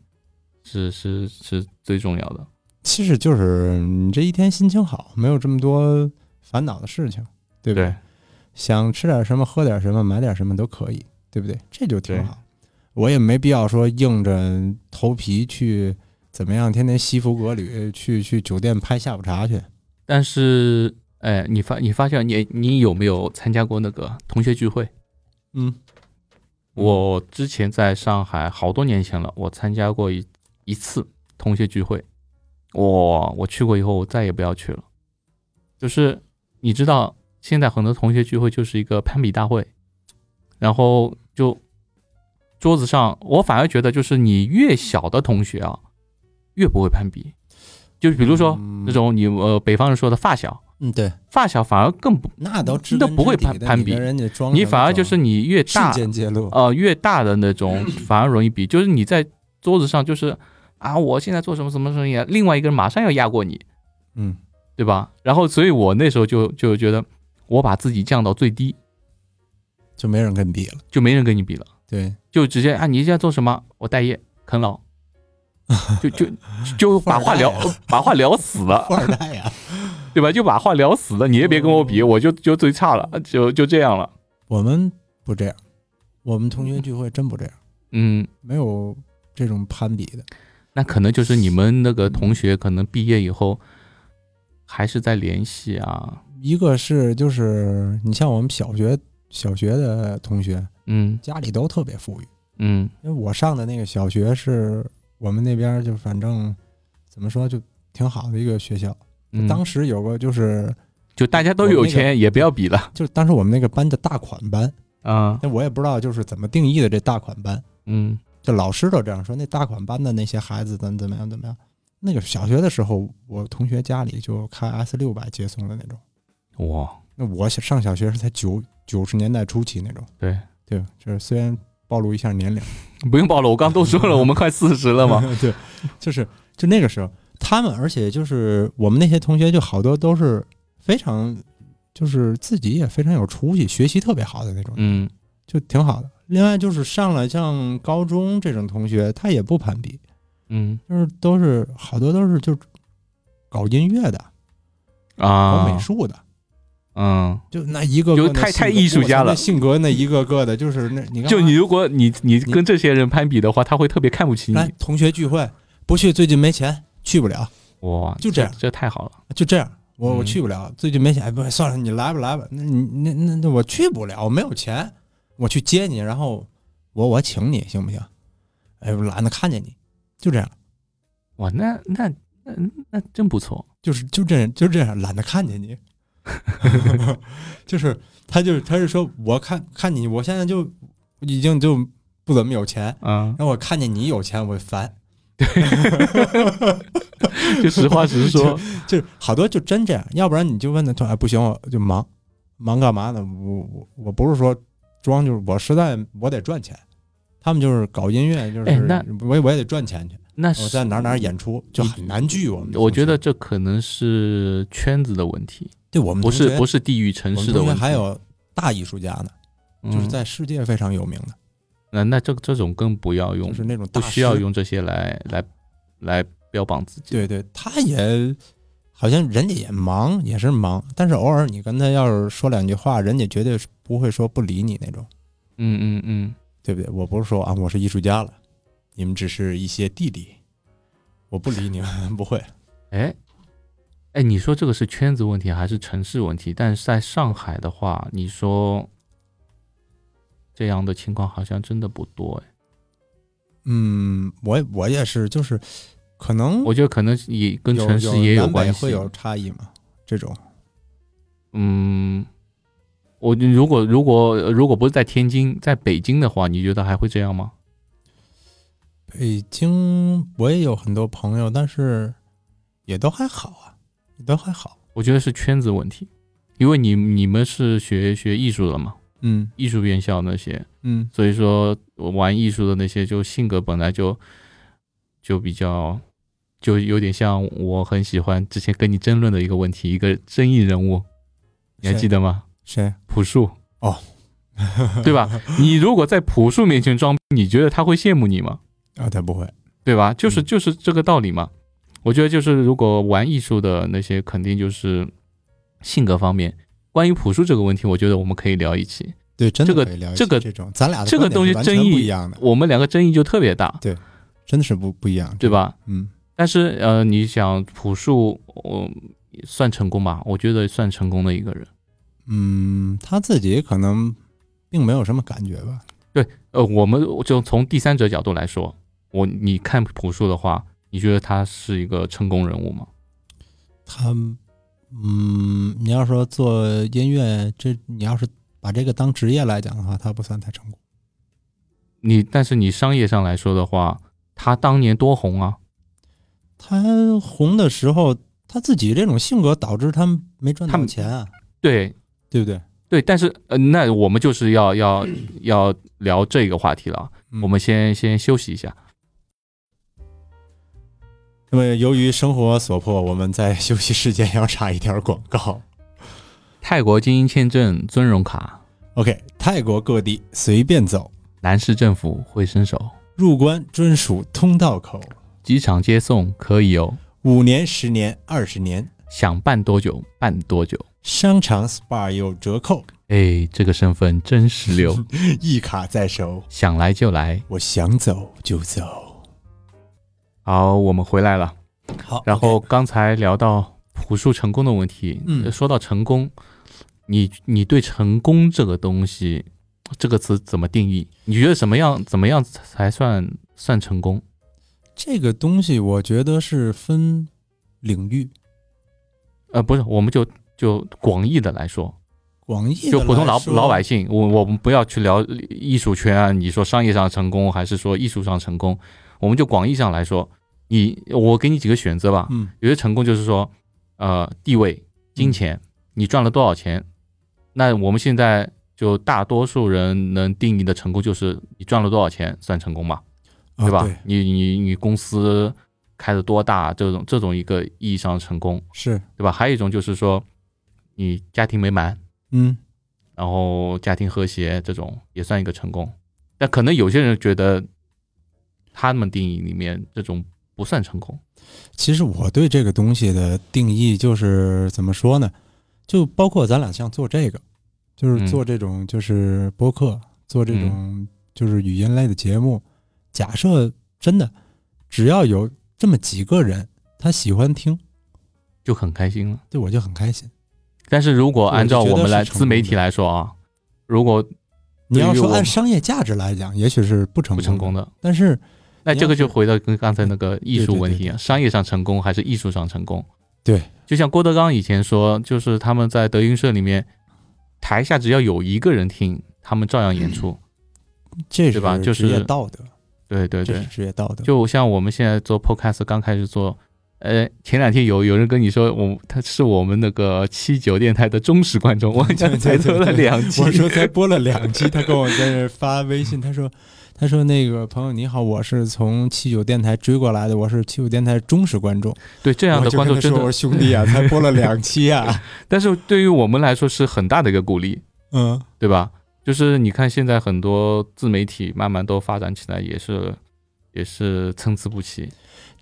Speaker 1: 是是是最重要的。
Speaker 2: 其实就是你这一天心情好，没有这么多烦恼的事情，对不对？
Speaker 1: 对
Speaker 2: 想吃点什么，喝点什么，买点什么都可以，对不对？这就挺
Speaker 1: 对
Speaker 2: 好。我也没必要说硬着头皮去怎么样，天天西服革履去去酒店拍下午茶去。
Speaker 1: 但是，哎，你发你发现你你有没有参加过那个同学聚会？
Speaker 2: 嗯，
Speaker 1: 我之前在上海好多年前了，我参加过一一次同学聚会。哇、我去过以后，我再也不要去了。就是你知道，现在很多同学聚会就是一个攀比大会，然后就桌子上，我反而觉得就是你越小的同学啊，越不会攀比。就是比如说
Speaker 2: 嗯
Speaker 1: 那种你呃北方人说的发小，
Speaker 2: 嗯，对，
Speaker 1: 发小反而更不，
Speaker 2: 那都知
Speaker 1: 那
Speaker 2: 根
Speaker 1: 不会
Speaker 2: 知底
Speaker 1: 攀
Speaker 2: 的
Speaker 1: 攀
Speaker 2: 你
Speaker 1: 比
Speaker 2: 跟人家装什么装，
Speaker 1: 你反而就是你越大
Speaker 2: 事件揭露。
Speaker 1: 呃，越大的那种反而容易比，就是你在桌子上就是啊，我现在做什么什么生意啊，另外一个人马上要压过你，
Speaker 2: 嗯，
Speaker 1: 对吧？然后，所以我那时候就就觉得，我把自己降到最低，
Speaker 2: 就没人跟比了。
Speaker 1: 就没人跟你比了，
Speaker 2: 对，
Speaker 1: 就直接啊，你现在做什么？我待业啃老，就就就把话聊把话聊死了，
Speaker 2: 富二代呀、
Speaker 1: 对吧？就把话聊死了，你也别跟我比，我就就最差了，就就这样了。
Speaker 2: 我们不这样，我们同学聚会真不这样，
Speaker 1: 嗯，
Speaker 2: 没有这种攀比的。
Speaker 1: 那可能就是你们那个同学，可能毕业以后还是在联系啊。
Speaker 2: 一个是就是你像我们小学小学的同学，
Speaker 1: 嗯
Speaker 2: 家里都特别富裕。
Speaker 1: 嗯
Speaker 2: 因为我上的那个小学是我们那边儿就反正怎么说就挺好的一个学校。
Speaker 1: 嗯，
Speaker 2: 当时有个就是
Speaker 1: 就大家都有钱，也不要比了。
Speaker 2: 就是当时我们那个班叫大款班，
Speaker 1: 啊
Speaker 2: 那我也不知道就是怎么定义的这大款班，
Speaker 1: 嗯
Speaker 2: 就老师都这样说，那大款班的那些孩子怎么怎么样怎么样。那个小学的时候，我同学家里就开 S 六百接送的那种。
Speaker 1: 哇，
Speaker 2: 那我小上小学是才九九十年代初期那种，
Speaker 1: 对，
Speaker 2: 对吧，就是虽然暴露一下年龄，
Speaker 1: 不用报了，我刚都说了，我们快四十了嘛。？
Speaker 2: 对，就是就那个时候，他们而且就是我们那些同学，就好多都是非常就是自己也非常有出息，学习特别好的那种，
Speaker 1: 嗯
Speaker 2: 就挺好的。另外就是上了像高中这种同学，他也不攀比，
Speaker 1: 嗯
Speaker 2: 就是都是好多都是就搞音乐的、搞
Speaker 1: 啊，
Speaker 2: 美术的，
Speaker 1: 嗯，
Speaker 2: 就那一个
Speaker 1: 就
Speaker 2: 个那
Speaker 1: 太
Speaker 2: 性
Speaker 1: 太
Speaker 2: 格
Speaker 1: 艺术
Speaker 2: 我操
Speaker 1: 家
Speaker 2: 那
Speaker 1: 了
Speaker 2: 性格那一个个的，就是那你干啊
Speaker 1: 就
Speaker 2: 嘛
Speaker 1: 你如果你你跟这些人攀比的话，他会特别看不起你
Speaker 2: 来。同学聚会不去，最近没钱去不了。
Speaker 1: 哇，
Speaker 2: 就这样
Speaker 1: 这太好了。
Speaker 2: 就这样，我我
Speaker 1: 嗯
Speaker 2: 去不了，最近没钱，哎不算了，你来吧来吧，那你那那那我去不了，我没有钱，我去接你，然后我我请你行不行？哎，我懒得看见你，就这样，
Speaker 1: 哇，那那那那真不错。
Speaker 2: 就是就这样就这样，懒得看见你， 就是他就是他是说我看看你，我现在就已经就不怎么有钱，
Speaker 1: 嗯，
Speaker 2: 然后我看见你有钱，我就烦，
Speaker 1: 就实话实说。
Speaker 2: 就是好多就真这样，要不然你就问他，他说哎不行，我就忙，忙干嘛呢？我我我不是说装，就是我实在我得赚钱。他们就是搞音乐，就是、
Speaker 1: 哎那
Speaker 2: 我也我也得赚钱去，
Speaker 1: 那
Speaker 2: 我
Speaker 1: 是
Speaker 2: 在哪儿哪儿演出就很难聚。我们
Speaker 1: 我觉得这可能是圈子的问题，
Speaker 2: 对我们
Speaker 1: 不是不
Speaker 2: 是
Speaker 1: 是地域城
Speaker 2: 嗯我
Speaker 1: 市
Speaker 2: 们
Speaker 1: 的
Speaker 2: 同学
Speaker 1: 问题。
Speaker 2: 还有大艺术家呢，
Speaker 1: 嗯
Speaker 2: 就是在世界非常有名的，
Speaker 1: 那那这这种更不要用
Speaker 2: 就，是那种大
Speaker 1: 不
Speaker 2: 师
Speaker 1: 需要用这些来来来标榜自己。
Speaker 2: 对对，他也好像人家也忙，也是忙，但是偶尔你跟他要是说两句话，人家绝对是不会说不理你那种，
Speaker 1: 嗯嗯嗯，
Speaker 2: 对不对？我不是说啊，我是艺术家了，你们只是一些弟弟，我不理你们， 不会。
Speaker 1: 哎，哎，你说这个是圈子问题还是城市问题？但是在上海的话，你说这样的情况好像真的不多哎。
Speaker 2: 嗯，我我也是，就是可能
Speaker 1: 我觉得可能也跟
Speaker 2: 有
Speaker 1: 城市也
Speaker 2: 有南北
Speaker 1: 关系。
Speaker 2: 会有差异嘛？这种
Speaker 1: 嗯，我如果如果如果不是在天津，在北京的话，你觉得还会这样吗？
Speaker 2: 北京我也有很多朋友，但是也都还好啊，也都还好。
Speaker 1: 我觉得是圈子问题，因为你你们是学学艺术的嘛，
Speaker 2: 嗯
Speaker 1: 艺术院校那些，
Speaker 2: 嗯
Speaker 1: 所以说我玩艺术的那些，就性格本来就就比较，就有点像我很喜欢之前跟你争论的一个问题，一个争议人物，你还
Speaker 2: 谁
Speaker 1: 记得吗？
Speaker 2: 谁？
Speaker 1: 朴树
Speaker 2: 哦，
Speaker 1: 对吧？你如果在朴树面前装逼，你觉得他会羡慕你吗？
Speaker 2: 啊，他不会。
Speaker 1: 对吧？就是
Speaker 2: 嗯
Speaker 1: 就是这个道理嘛。我觉得就是如果玩艺术的那些，肯定就是性格方面。关于朴树这个问题，我觉得我们可以聊一期。
Speaker 2: 对，真
Speaker 1: 这
Speaker 2: 的
Speaker 1: 个
Speaker 2: 可以聊一
Speaker 1: 这
Speaker 2: 些
Speaker 1: 个
Speaker 2: 这种，咱俩的
Speaker 1: 这个
Speaker 2: 观点
Speaker 1: 东
Speaker 2: 是
Speaker 1: 西
Speaker 2: 完
Speaker 1: 争
Speaker 2: 全不
Speaker 1: 议
Speaker 2: 一样的，
Speaker 1: 我们两个争议就特别大，
Speaker 2: 真的是不不一样。
Speaker 1: 对吧？
Speaker 2: 嗯，
Speaker 1: 但是呃，你想朴树，我、算成功吧？我觉得算成功的一个人。
Speaker 2: 嗯，他自己可能并没有什么感觉吧。
Speaker 1: 呃，我们就从第三者角度来说，我你看朴树的话，你觉得他是一个成功人物吗？
Speaker 2: 他，嗯，你要说做音乐，这你要是把这个当职业来讲的话，他不算太成功。
Speaker 1: 你但是你商业上来说的话，他当年多红啊，
Speaker 2: 他红的时候，他自己这种性格导致他没赚
Speaker 1: 他
Speaker 2: 到
Speaker 1: 们
Speaker 2: 钱啊，
Speaker 1: 对
Speaker 2: 对不对？
Speaker 1: 对。但是呃，那我们就是要要要聊这个话题了啊，
Speaker 2: 嗯
Speaker 1: 我们先先休息一下。
Speaker 2: 那么由于生活所迫，我们在休息时间要插一条广告。
Speaker 1: 泰国精英签证尊荣卡，
Speaker 2: OK，泰国各地随便走，
Speaker 1: 南市政府会伸手，
Speaker 2: 入关专属通道口，
Speaker 1: 机场接送可以哦。
Speaker 2: 五年、十年、二十年，
Speaker 1: 想办多久办多久。
Speaker 2: 商场 SPA 有折扣，
Speaker 1: 哎，这个身份真十 六，
Speaker 2: 一卡在手，
Speaker 1: 想来就来。
Speaker 2: 我想走就走。
Speaker 1: 好，我们回来了。
Speaker 2: 好，
Speaker 1: 然后刚才聊到朴树成功的问题，
Speaker 2: 嗯
Speaker 1: 说到成功，你你对成功这个东西这个词怎么定义？你觉得怎么样怎么样才算算成功？
Speaker 2: 这个东西我觉得是分领域，
Speaker 1: 呃，不是，我们就就广义的来说，
Speaker 2: 广义的
Speaker 1: 就普通老
Speaker 2: 来说
Speaker 1: 老百姓，我我们不要去聊艺术圈啊，你说商业上成功还是说艺术上成功，我们就广义上来说，你我给你几个选择吧，
Speaker 2: 嗯
Speaker 1: 有些成功就是说，呃，地位、金
Speaker 2: 嗯
Speaker 1: 钱，你赚了多少钱？那我们现在就大多数人能定义的成功就是你赚了多少钱算成功吧，
Speaker 2: 啊
Speaker 1: 吧？
Speaker 2: 对
Speaker 1: 你你你公司开的多大，这种这种一个意义上的成功，
Speaker 2: 是
Speaker 1: 对吧？还有一种就是说，你家庭美满。
Speaker 2: 嗯
Speaker 1: 然后家庭和谐这种也算一个成功。但可能有些人觉得，他们定义里面这种不算成功。
Speaker 2: 其实我对这个东西的定义就是怎么说呢？就包括咱俩像做这个，就是
Speaker 1: 嗯
Speaker 2: 做这种就是播客，做这种就是语音类的节目。假设真的只要有这么几个人他喜欢听，
Speaker 1: 就很开心了。
Speaker 2: 对我就很开心。
Speaker 1: 但是如果按照我们来
Speaker 2: 我就觉得是成功的
Speaker 1: 自媒体来说啊，如果
Speaker 2: 你要
Speaker 1: 对于
Speaker 2: 说
Speaker 1: 我
Speaker 2: 按商业价值来讲，也许是不成
Speaker 1: 不
Speaker 2: 功，
Speaker 1: 成功，的，
Speaker 2: 但是
Speaker 1: 那这个
Speaker 2: 你
Speaker 1: 就是
Speaker 2: 要
Speaker 1: 回到跟刚才那个艺术问
Speaker 2: 嗯
Speaker 1: 题
Speaker 2: 对对对
Speaker 1: 啊，
Speaker 2: 对
Speaker 1: 商业上成功还是艺术上成功？
Speaker 2: 对，
Speaker 1: 就像郭德纲以前说，就是他们在德云社里面，台下只要有一个人听，他们照样演出。
Speaker 2: 嗯这
Speaker 1: 对吧
Speaker 2: 是
Speaker 1: 就
Speaker 2: 职业
Speaker 1: 是
Speaker 2: 道德，
Speaker 1: 对对
Speaker 2: 这
Speaker 1: 对
Speaker 2: 是，职业道德。
Speaker 1: 就像我们现在做 podcast 刚开始做，呃，前两天有有人跟你说，我他是我们那个七九电台的忠实观众，我好 像才做了两期。
Speaker 2: 我说才播了两期，他跟我在这发微信，他说他说那个朋友你好，我是从七九电台追过来的，我是七九电台忠实观众。
Speaker 1: 对这
Speaker 2: 这
Speaker 1: 样的观众真
Speaker 2: 我
Speaker 1: 的，
Speaker 2: 说兄 弟啊，才播了两期啊，
Speaker 1: 但是对于我们来说是很大的一个鼓励，
Speaker 2: 嗯，
Speaker 1: 对吧？就是你看现在很多自媒体慢慢都发展起来，也是也是参差不齐。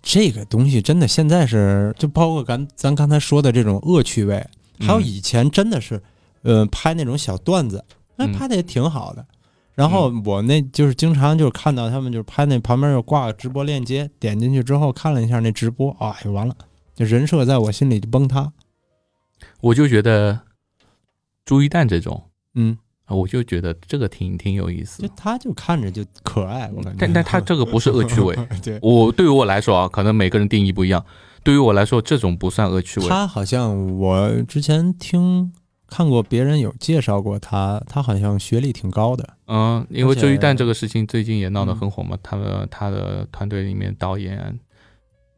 Speaker 2: 这个东西真的现在是，就包括咱咱刚才说的这种恶趣味，还有
Speaker 1: 嗯
Speaker 2: 以前真的是，呃，拍那种小段子，那
Speaker 1: 嗯
Speaker 2: 拍的也挺好的。然后我那就是经常就是看到他们就是拍那旁边有挂个直播链接，点进去之后看了一下那直播，哎呦完了，就人设在我心里就崩塌。
Speaker 1: 我就觉得朱一蛋这种，
Speaker 2: 嗯，
Speaker 1: 啊我就觉得这个挺挺有意思
Speaker 2: 就。他就看着就可爱，我感觉。
Speaker 1: 但 但他这个不是恶趣味，
Speaker 2: 对
Speaker 1: 我对于我来说啊，可能每个人定义不一样。对于我来说，这种不算恶趣味。
Speaker 2: 他好像我之前听看过别人有介绍过他，他好像学历挺高的。
Speaker 1: 嗯，因为
Speaker 2: 而且
Speaker 1: 周一蛋这个事情最近也闹得
Speaker 2: 嗯
Speaker 1: 很火嘛，他们他的团队里面导演，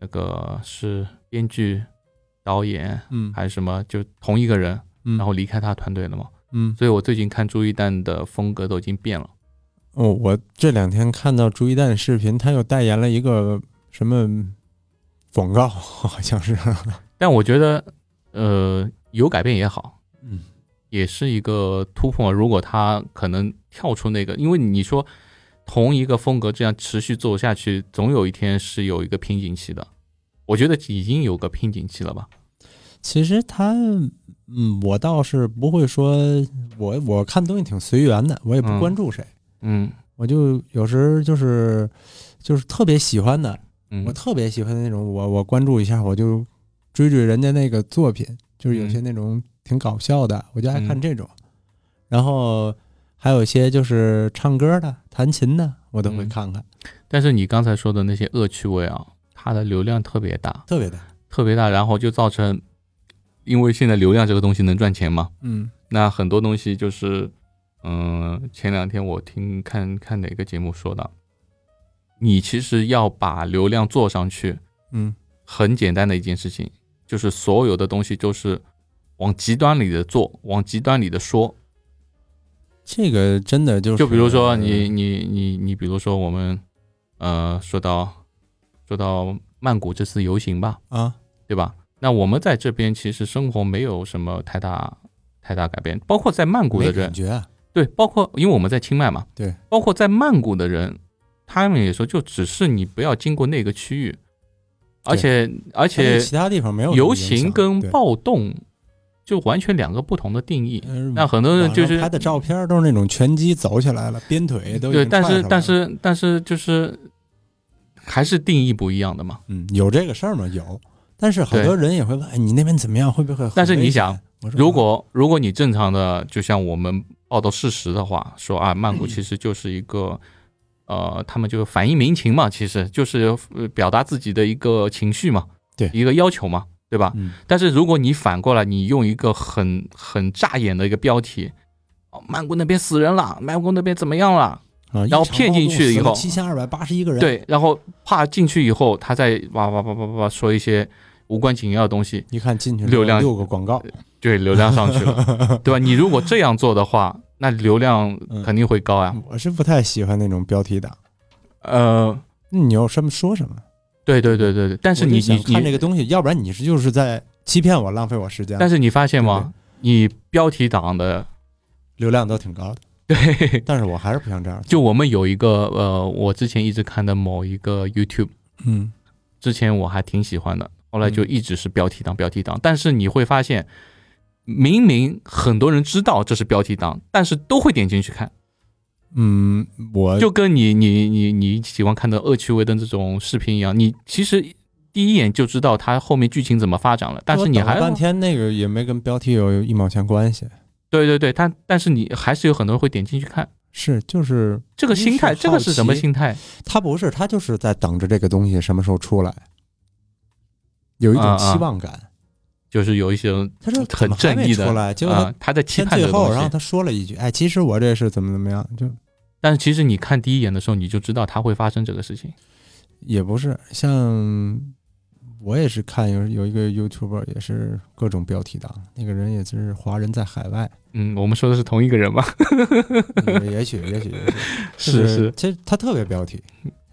Speaker 1: 那个是编剧、导演
Speaker 2: 嗯
Speaker 1: 还是什么，就同一个人，
Speaker 2: 嗯
Speaker 1: 然后离开他团队了嘛。
Speaker 2: 嗯，
Speaker 1: 所以我最近看朱一蛋的风格都已经变了。
Speaker 2: 哦，我这两天看到朱一蛋视频，他又代言了一个什么广告， 好像是。
Speaker 1: 但我觉得，呃，有改变也好，
Speaker 2: 嗯，
Speaker 1: 也是一个突破。如果他可能跳出那个，因为你说同一个风格这样持续做下去，总有一天是有一个瓶颈期的。我觉得已经有个瓶颈期了吧。
Speaker 2: 其实他，嗯，我倒是不会说，我我看东西挺随缘的，我也不
Speaker 1: 嗯
Speaker 2: 关注谁，
Speaker 1: 嗯
Speaker 2: 我就有时就是就是特别喜欢的，
Speaker 1: 嗯，
Speaker 2: 我特别喜欢的那种，我我关注一下，我就追追人家那个作品，就是有些那种挺搞笑的，我就爱看这种。然后还有一些就是唱歌的、弹琴的，我都会
Speaker 1: 嗯
Speaker 2: 看看，
Speaker 1: 但是你刚才说的那些恶趣味啊，它的流量特别大，
Speaker 2: 特别的。
Speaker 1: 特别大，然后就造成，因为现在流量这个东西能赚钱嘛，
Speaker 2: 嗯
Speaker 1: 那很多东西就是，嗯、前两天我听看看哪个节目说的，你其实要把流量做上去，
Speaker 2: 嗯
Speaker 1: 很简单的一件事情，就是所有的东西就是往极端里的做，往极端里的说，，
Speaker 2: 这个真的就是，
Speaker 1: 就比如说你你你你，比如说我们呃说到说到曼谷这次游行吧，
Speaker 2: 啊，
Speaker 1: 对吧？那我们在这边其实生活没有什么太大太大改变，包括在曼谷的
Speaker 2: 没
Speaker 1: 人
Speaker 2: 感，觉啊，
Speaker 1: 对，包括因为我们在清迈嘛，
Speaker 2: 对，
Speaker 1: 包括在曼谷的人，他们也说就只是你不要经过那个区域，而且而
Speaker 2: 但
Speaker 1: 且
Speaker 2: 是其他地方没有
Speaker 1: 游行跟
Speaker 2: 报，
Speaker 1: 暴动就完全两个不同的定义。
Speaker 2: 嗯
Speaker 1: 那很多人就
Speaker 2: 网上
Speaker 1: 是
Speaker 2: 拍的照片都是那种拳击走起来了，鞭腿都已
Speaker 1: 对，
Speaker 2: 经
Speaker 1: 但
Speaker 2: 踹
Speaker 1: 是
Speaker 2: 上来
Speaker 1: 但
Speaker 2: 了
Speaker 1: 是但是就是还是定义不一样的嘛。
Speaker 2: 嗯，有这个事儿吗？有，但是很多人也会问，哎，你那边怎么样？会不会很？
Speaker 1: 但是
Speaker 2: 很危
Speaker 1: 你
Speaker 2: 险
Speaker 1: 想，
Speaker 2: 我说
Speaker 1: 如果如果你正常的，就像我们报道事实的话，说啊，曼谷其实就是一个，呃，他们就反映民情嘛，其实就是呃表达自己的一个情绪嘛，
Speaker 2: 对
Speaker 1: 一个要求嘛，对吧？
Speaker 2: 嗯，
Speaker 1: 但是如果你反过来，你用一个很很扎眼的一个标题。哦，曼谷那边死人了，曼谷那边怎么样了？
Speaker 2: 啊，
Speaker 1: 然后骗进去以后
Speaker 2: 七千二百八十一个人，，
Speaker 1: 对，然后怕进去以后，他再哇哇哇哇哇哇说一些无关紧要的东西，
Speaker 2: 一看进去
Speaker 1: 流量
Speaker 2: 六个广告，
Speaker 1: 对，流量上去了， 对吧？你如果这样做的话，那流量
Speaker 2: 嗯
Speaker 1: 肯定会高呀。
Speaker 2: 我是不太喜欢那种标题党。
Speaker 1: 呃，
Speaker 2: 那你要什么说什么？
Speaker 1: 对对对对对，但是
Speaker 2: 我
Speaker 1: 你
Speaker 2: 就想
Speaker 1: 你
Speaker 2: 看这
Speaker 1: 你，
Speaker 2: 个东西，啊要不然你是就是在欺骗我，浪费我时间。
Speaker 1: 但
Speaker 2: 是
Speaker 1: 是你发现吗？你标题党的，
Speaker 2: 流量都挺高的，
Speaker 1: 对，
Speaker 2: 但是我还是不想这样。
Speaker 1: 就我们有一个呃，我之前一直看的某一个 YouTube，
Speaker 2: 嗯
Speaker 1: 之前我还挺喜欢的，后来就一直是标题党标题党，但是你会发现。明明很多人知道这是标题党，但是都会点进去看，
Speaker 2: 嗯，我
Speaker 1: 就跟你你你你喜欢看的恶趣味的这种视频一样，你其实第一眼就知道它后面剧情怎么发展了，但是你
Speaker 2: 我等
Speaker 1: 还
Speaker 2: 了半天，那个也没跟标题有一毛钱关系。
Speaker 1: 对对对，但但是你还是有很多人会点进去看，
Speaker 2: 是，就是
Speaker 1: 这个心态，
Speaker 2: 一是
Speaker 1: 这
Speaker 2: 好
Speaker 1: 个
Speaker 2: 奇
Speaker 1: 是什么心态？
Speaker 2: 他不是，他就是在等着这个东西什么时候出来，有一种期望感。
Speaker 1: 就是有一些人
Speaker 2: 他说
Speaker 1: 啊很正义
Speaker 2: 怎么还没出
Speaker 1: 的
Speaker 2: 来，结果
Speaker 1: 啊
Speaker 2: 他，
Speaker 1: 他在期
Speaker 2: 天
Speaker 1: 盼这
Speaker 2: 最
Speaker 1: 个
Speaker 2: 后，
Speaker 1: 东
Speaker 2: 然后
Speaker 1: 西。
Speaker 2: 他说了一句：“哎，其实我这是怎么怎么样。”就
Speaker 1: 但是其实你看第一眼的时候，你就知道它会发生这个事情。
Speaker 2: 也不是像我也是看有有一个 YouTuber 也是各种标题党，那个人也是华人在海 外，
Speaker 1: 嗯，我们说的是同一个人 吧？
Speaker 2: 也也许也许也许
Speaker 1: 是是，
Speaker 2: 其实他特别标题，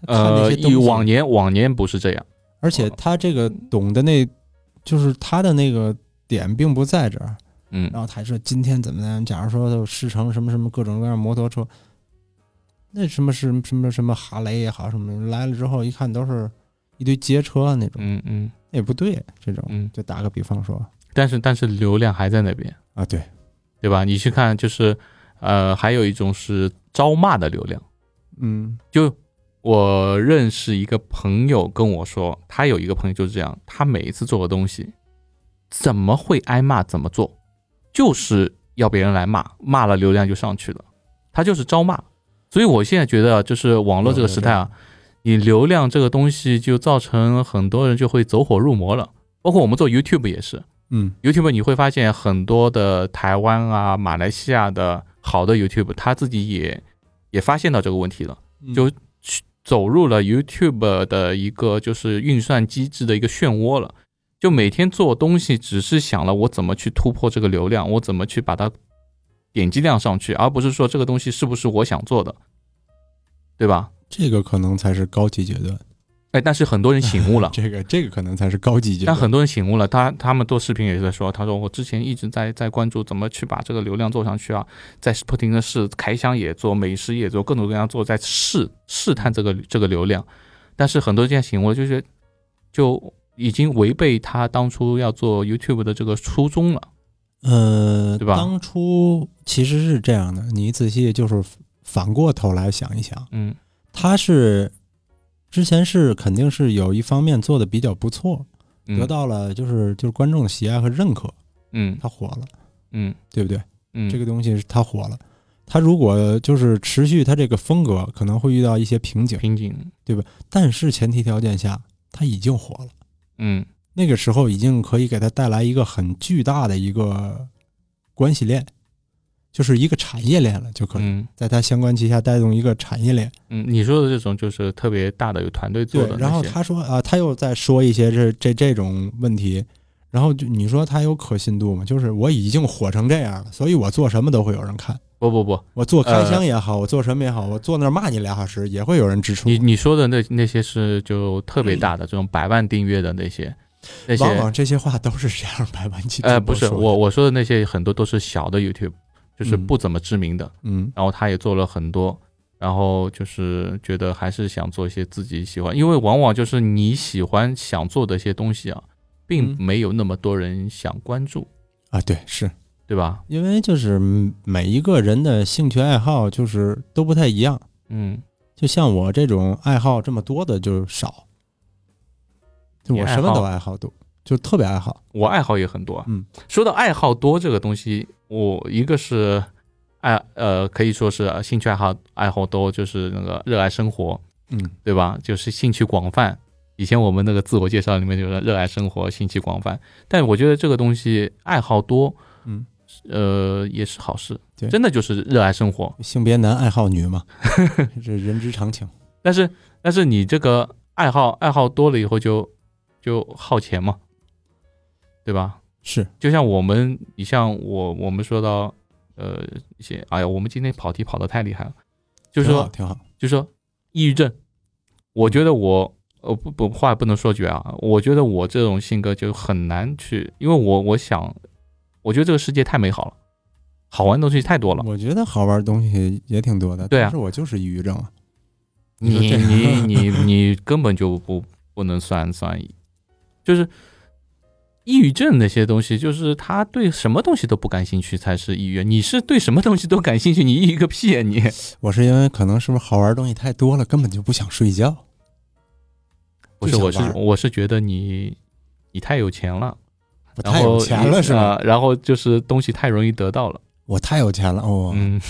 Speaker 2: 他看那
Speaker 1: 呃，
Speaker 2: 些
Speaker 1: 以
Speaker 2: 东西
Speaker 1: 往年往年不是这样。
Speaker 2: 而且他这个懂得那，就是他的那个点并不在这儿。
Speaker 1: 嗯
Speaker 2: 哦然后他说今天怎么样？假如说就试乘什么什么各种各样摩托车，那什么是什么什么哈雷也好，什么来了之后一看都是一堆街车啊那种，
Speaker 1: 嗯嗯
Speaker 2: 也不对。这种
Speaker 1: 嗯，
Speaker 2: 就打个比方说
Speaker 1: 但是但是流量还在那边，
Speaker 2: 啊，对，
Speaker 1: 对吧？你去看就是，呃，还有一种是招骂的流量。
Speaker 2: 嗯
Speaker 1: 就我认识一个朋友跟我说，他有一个朋友就是这样，他每一次做的东西，怎么会挨骂怎么做，就是要别人来骂，骂了流量就上去了，他就是招骂。所以我现在觉得，啊就是网络这个时代啊，你流量这个东西就造成很多人就会走火入魔了，包括我们做 YouTube 也是。
Speaker 2: 嗯
Speaker 1: YouTube 你会发现很多的台湾啊、马来西亚的好的 YouTube，他自己也也发现到这个问题了。就走入了 YouTube 的一个就是运算机制的一个漩涡了，就每天做东西只是想了我怎么去突破这个流量，我怎么去把它点击量上去，而不是说这个东西是不是我想做的，对吧？
Speaker 2: 这个可能才是高级阶段，，
Speaker 1: 哎，但是很多人醒悟了
Speaker 2: 这个这个可能才是高级阶
Speaker 1: 但
Speaker 2: 段。
Speaker 1: 很多人醒悟了，他他们做视频也是在说，他说我之前一直在在关注怎么去把这个流量做上去啊，在不停的试开箱也做，美食也做，各种各样做，在试试探这个这个流量。但是很多人现在醒悟了，就是就已经违背他当初要做 YouTube 的这个初衷了。
Speaker 2: 呃，
Speaker 1: 对吧
Speaker 2: 当初其实是这样的，你仔细就是反过头来想一想，
Speaker 1: 嗯
Speaker 2: 他是之前是肯定是有一方面做的比较不错，
Speaker 1: 嗯，
Speaker 2: 得到了就是就是观众的喜爱和认可，
Speaker 1: 嗯
Speaker 2: 他火了，
Speaker 1: 嗯
Speaker 2: 对不对？
Speaker 1: 嗯
Speaker 2: 这个东西是他火了，他如果就是持续他这个风格，可能会遇到一些瓶颈，
Speaker 1: 瓶颈，
Speaker 2: 但是前提条件下他已经火了，
Speaker 1: 嗯
Speaker 2: 那个时候已经可以给他带来一个很巨大的一个关系链，就是一个产业链了，就可以
Speaker 1: 嗯
Speaker 2: 在他相关旗下带动一个产业链。
Speaker 1: 嗯，你说的这种就是特别大的有团队做
Speaker 2: 对
Speaker 1: 的那，些，
Speaker 2: 然后他说啊，他又在说一些这这这种问题，然后就你说他有可信度吗？就是我已经火成这样了，所以我做什么都会有人看，
Speaker 1: 不不不，
Speaker 2: 我做
Speaker 1: 呃
Speaker 2: 开箱也好，我做什么也好，我坐那儿骂你俩小时也会有人支持我
Speaker 1: 你你说的那那些是就特别大的这种百万订阅的那些，那
Speaker 2: 嗯往
Speaker 1: 些
Speaker 2: 往这些话都是这样百万级
Speaker 1: 呃不是
Speaker 2: 说的
Speaker 1: 我我说的那些很多都是小的 YouTube，就是
Speaker 2: 嗯
Speaker 1: 不怎么知名的，
Speaker 2: 嗯
Speaker 1: 然后他也做了很多，然后就是觉得还是想做一些自己喜欢，因为往往就是你喜欢想做的一些东西啊，并
Speaker 2: 嗯
Speaker 1: 没有那么多人想关注，
Speaker 2: 啊对是
Speaker 1: 对吧？
Speaker 2: 因为就是嗯每一个人的兴趣爱好就是都不太一样，
Speaker 1: 嗯，
Speaker 2: 就像我这种爱好这么多的就少，就
Speaker 1: 你
Speaker 2: 我
Speaker 1: 爱
Speaker 2: 什么都
Speaker 1: 好
Speaker 2: 爱好多，就特别爱好，
Speaker 1: 我爱好也很多。
Speaker 2: 嗯，
Speaker 1: 说到爱好多这个东西，我一个是爱呃，可以说是呃兴趣爱好爱好多，就是那个热爱生活，
Speaker 2: 嗯
Speaker 1: 对吧？就是兴趣广泛。以前我们那个自我介绍里面就是热爱生活，兴趣广泛。但我觉得这个东西爱好多，
Speaker 2: 嗯。
Speaker 1: 呃，也是好事。
Speaker 2: 对
Speaker 1: 真的就是热爱生活。
Speaker 2: 性别男爱好 女嘛，这人之常情。
Speaker 1: 但是但是你这个爱好爱好多了以后就就耗钱嘛，对吧？
Speaker 2: 是，
Speaker 1: 就像我们，你像我，我们说到，呃，一些，哎呀，我们今天跑题跑得太厉害了，就是
Speaker 2: 挺好
Speaker 1: 说，
Speaker 2: 挺好。
Speaker 1: 就是说，抑郁症，我觉得我，呃，不不，话不能说绝啊，我觉得我这种性格就很难去，因为我我想，我觉得这个世界太美好了，好玩的东西太多了，
Speaker 2: 我觉得好玩的东西也挺多的，
Speaker 1: 对啊
Speaker 2: 但是我就是抑郁症啊。你说
Speaker 1: 你
Speaker 2: 这个
Speaker 1: 你你 你根本就不不能算算，就是抑郁症那些东西，就是他对什么东西都不感兴趣才是抑郁。你是对什么东西都感兴趣，你抑郁个屁啊你！
Speaker 2: 我是因为可能是不是好玩的东西太多了，根本就不想睡觉。
Speaker 1: 不是，我是
Speaker 2: 就想玩
Speaker 1: 我是觉得你你太有钱了，
Speaker 2: 我
Speaker 1: 然
Speaker 2: 太
Speaker 1: 后
Speaker 2: 有钱了是吧？
Speaker 1: 啊然后就是东西太容易得到了，
Speaker 2: 我太有钱了哦。
Speaker 1: 嗯，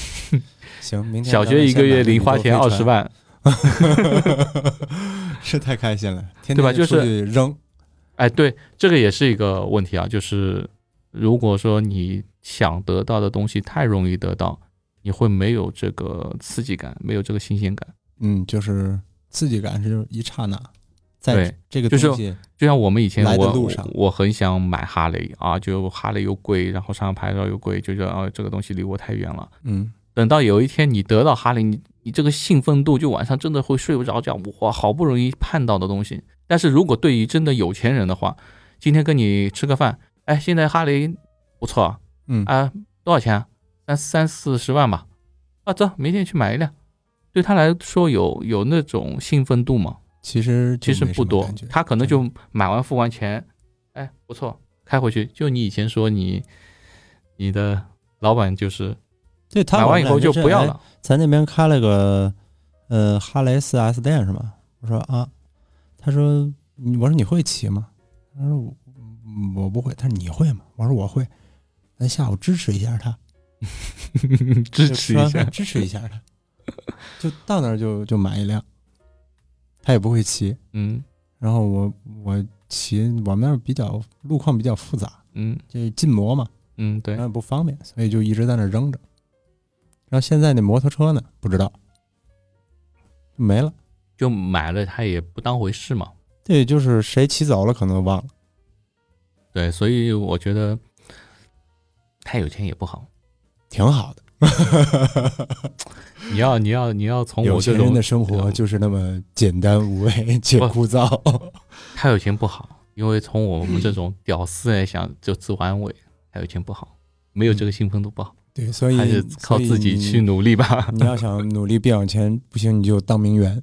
Speaker 2: 行，明天
Speaker 1: 小
Speaker 2: 咱
Speaker 1: 学
Speaker 2: 们
Speaker 1: 一个
Speaker 2: 先
Speaker 1: 月
Speaker 2: 买
Speaker 1: 零花钱二十
Speaker 2: 宇
Speaker 1: 万，
Speaker 2: 宙飞船， 是太开心了，天天
Speaker 1: 对吧
Speaker 2: 就
Speaker 1: 就是
Speaker 2: 出去扔。
Speaker 1: 哎，对，这个也是一个问题啊，就是如果说你想得到的东西太容易得到，你会没有这个刺激感，没有这个新鲜感。
Speaker 2: 嗯，就是刺激感是一刹那，在
Speaker 1: 对
Speaker 2: 这个
Speaker 1: 就
Speaker 2: 东
Speaker 1: 是
Speaker 2: 西，
Speaker 1: 就像我们以前
Speaker 2: 来的
Speaker 1: 我，
Speaker 2: 路
Speaker 1: 我
Speaker 2: 上
Speaker 1: 我很想买哈雷啊，就哈雷又贵，然后上牌照又贵，就觉得啊这个东西离我太远了。
Speaker 2: 嗯，
Speaker 1: 等到有一天你得到哈雷，你你这个兴奋度就晚上真的会睡不着觉，哇，好不容易盼到的东西。但是如果对于真的有钱人的话，今天跟你吃个饭，哎，现在哈雷不错啊，
Speaker 2: 嗯
Speaker 1: 啊，多少钱啊？三三四十万吧。啊，走，明天去买一辆。对他来说有有那种兴奋度吗？
Speaker 2: 其实
Speaker 1: 其
Speaker 2: 就
Speaker 1: 实
Speaker 2: 没
Speaker 1: 不
Speaker 2: 什么
Speaker 1: 多
Speaker 2: 感觉，
Speaker 1: 他可能
Speaker 2: 真的
Speaker 1: 就买完付完钱，哎，不错，开回去。就你以前说你你的老板就是
Speaker 2: 对他
Speaker 1: 买
Speaker 2: 我
Speaker 1: 完
Speaker 2: 们
Speaker 1: 以
Speaker 2: 俩
Speaker 1: 后就是不要
Speaker 2: 哎
Speaker 1: 了，
Speaker 2: 咱那边开了个呃哈雷 4S 店是吗？我说啊，他说你我说你会骑吗？他说我嗯我不会。他说你会吗？我说我会。咱下午支持一下他，
Speaker 1: 支持
Speaker 2: 就吃
Speaker 1: 一
Speaker 2: 完
Speaker 1: 下
Speaker 2: 饭。支持一下他。就到那儿就就买一辆，他也不会骑。
Speaker 1: 嗯
Speaker 2: 然后我我骑我们那儿比较路况比较复杂，
Speaker 1: 嗯
Speaker 2: 就是禁摩嘛，
Speaker 1: 嗯，对
Speaker 2: 然，后也不方便，所以就一直在那儿扔着。然后现在那摩托车呢，不知道没了。
Speaker 1: 就买了，他也不当回事嘛。
Speaker 2: 这就是谁骑走了可能忘了。
Speaker 1: 对，所以我觉得太有钱也不好。
Speaker 2: 挺好的，
Speaker 1: 你要你要你要从
Speaker 2: 有
Speaker 1: 我这
Speaker 2: 钱人
Speaker 1: 种
Speaker 2: 的生
Speaker 1: 这
Speaker 2: 活
Speaker 1: 种
Speaker 2: 就是那么简单无味 且
Speaker 1: 不
Speaker 2: 枯燥。
Speaker 1: 太有钱不好，因为从我
Speaker 2: 嗯
Speaker 1: 们这种屌丝来想，就自我安慰，太有钱不好，没有这个兴奋度不好，
Speaker 2: 对，嗯所以
Speaker 1: 还是靠自己去。努力吧
Speaker 2: 所以。你你要想努力变有钱，不行你就当名媛。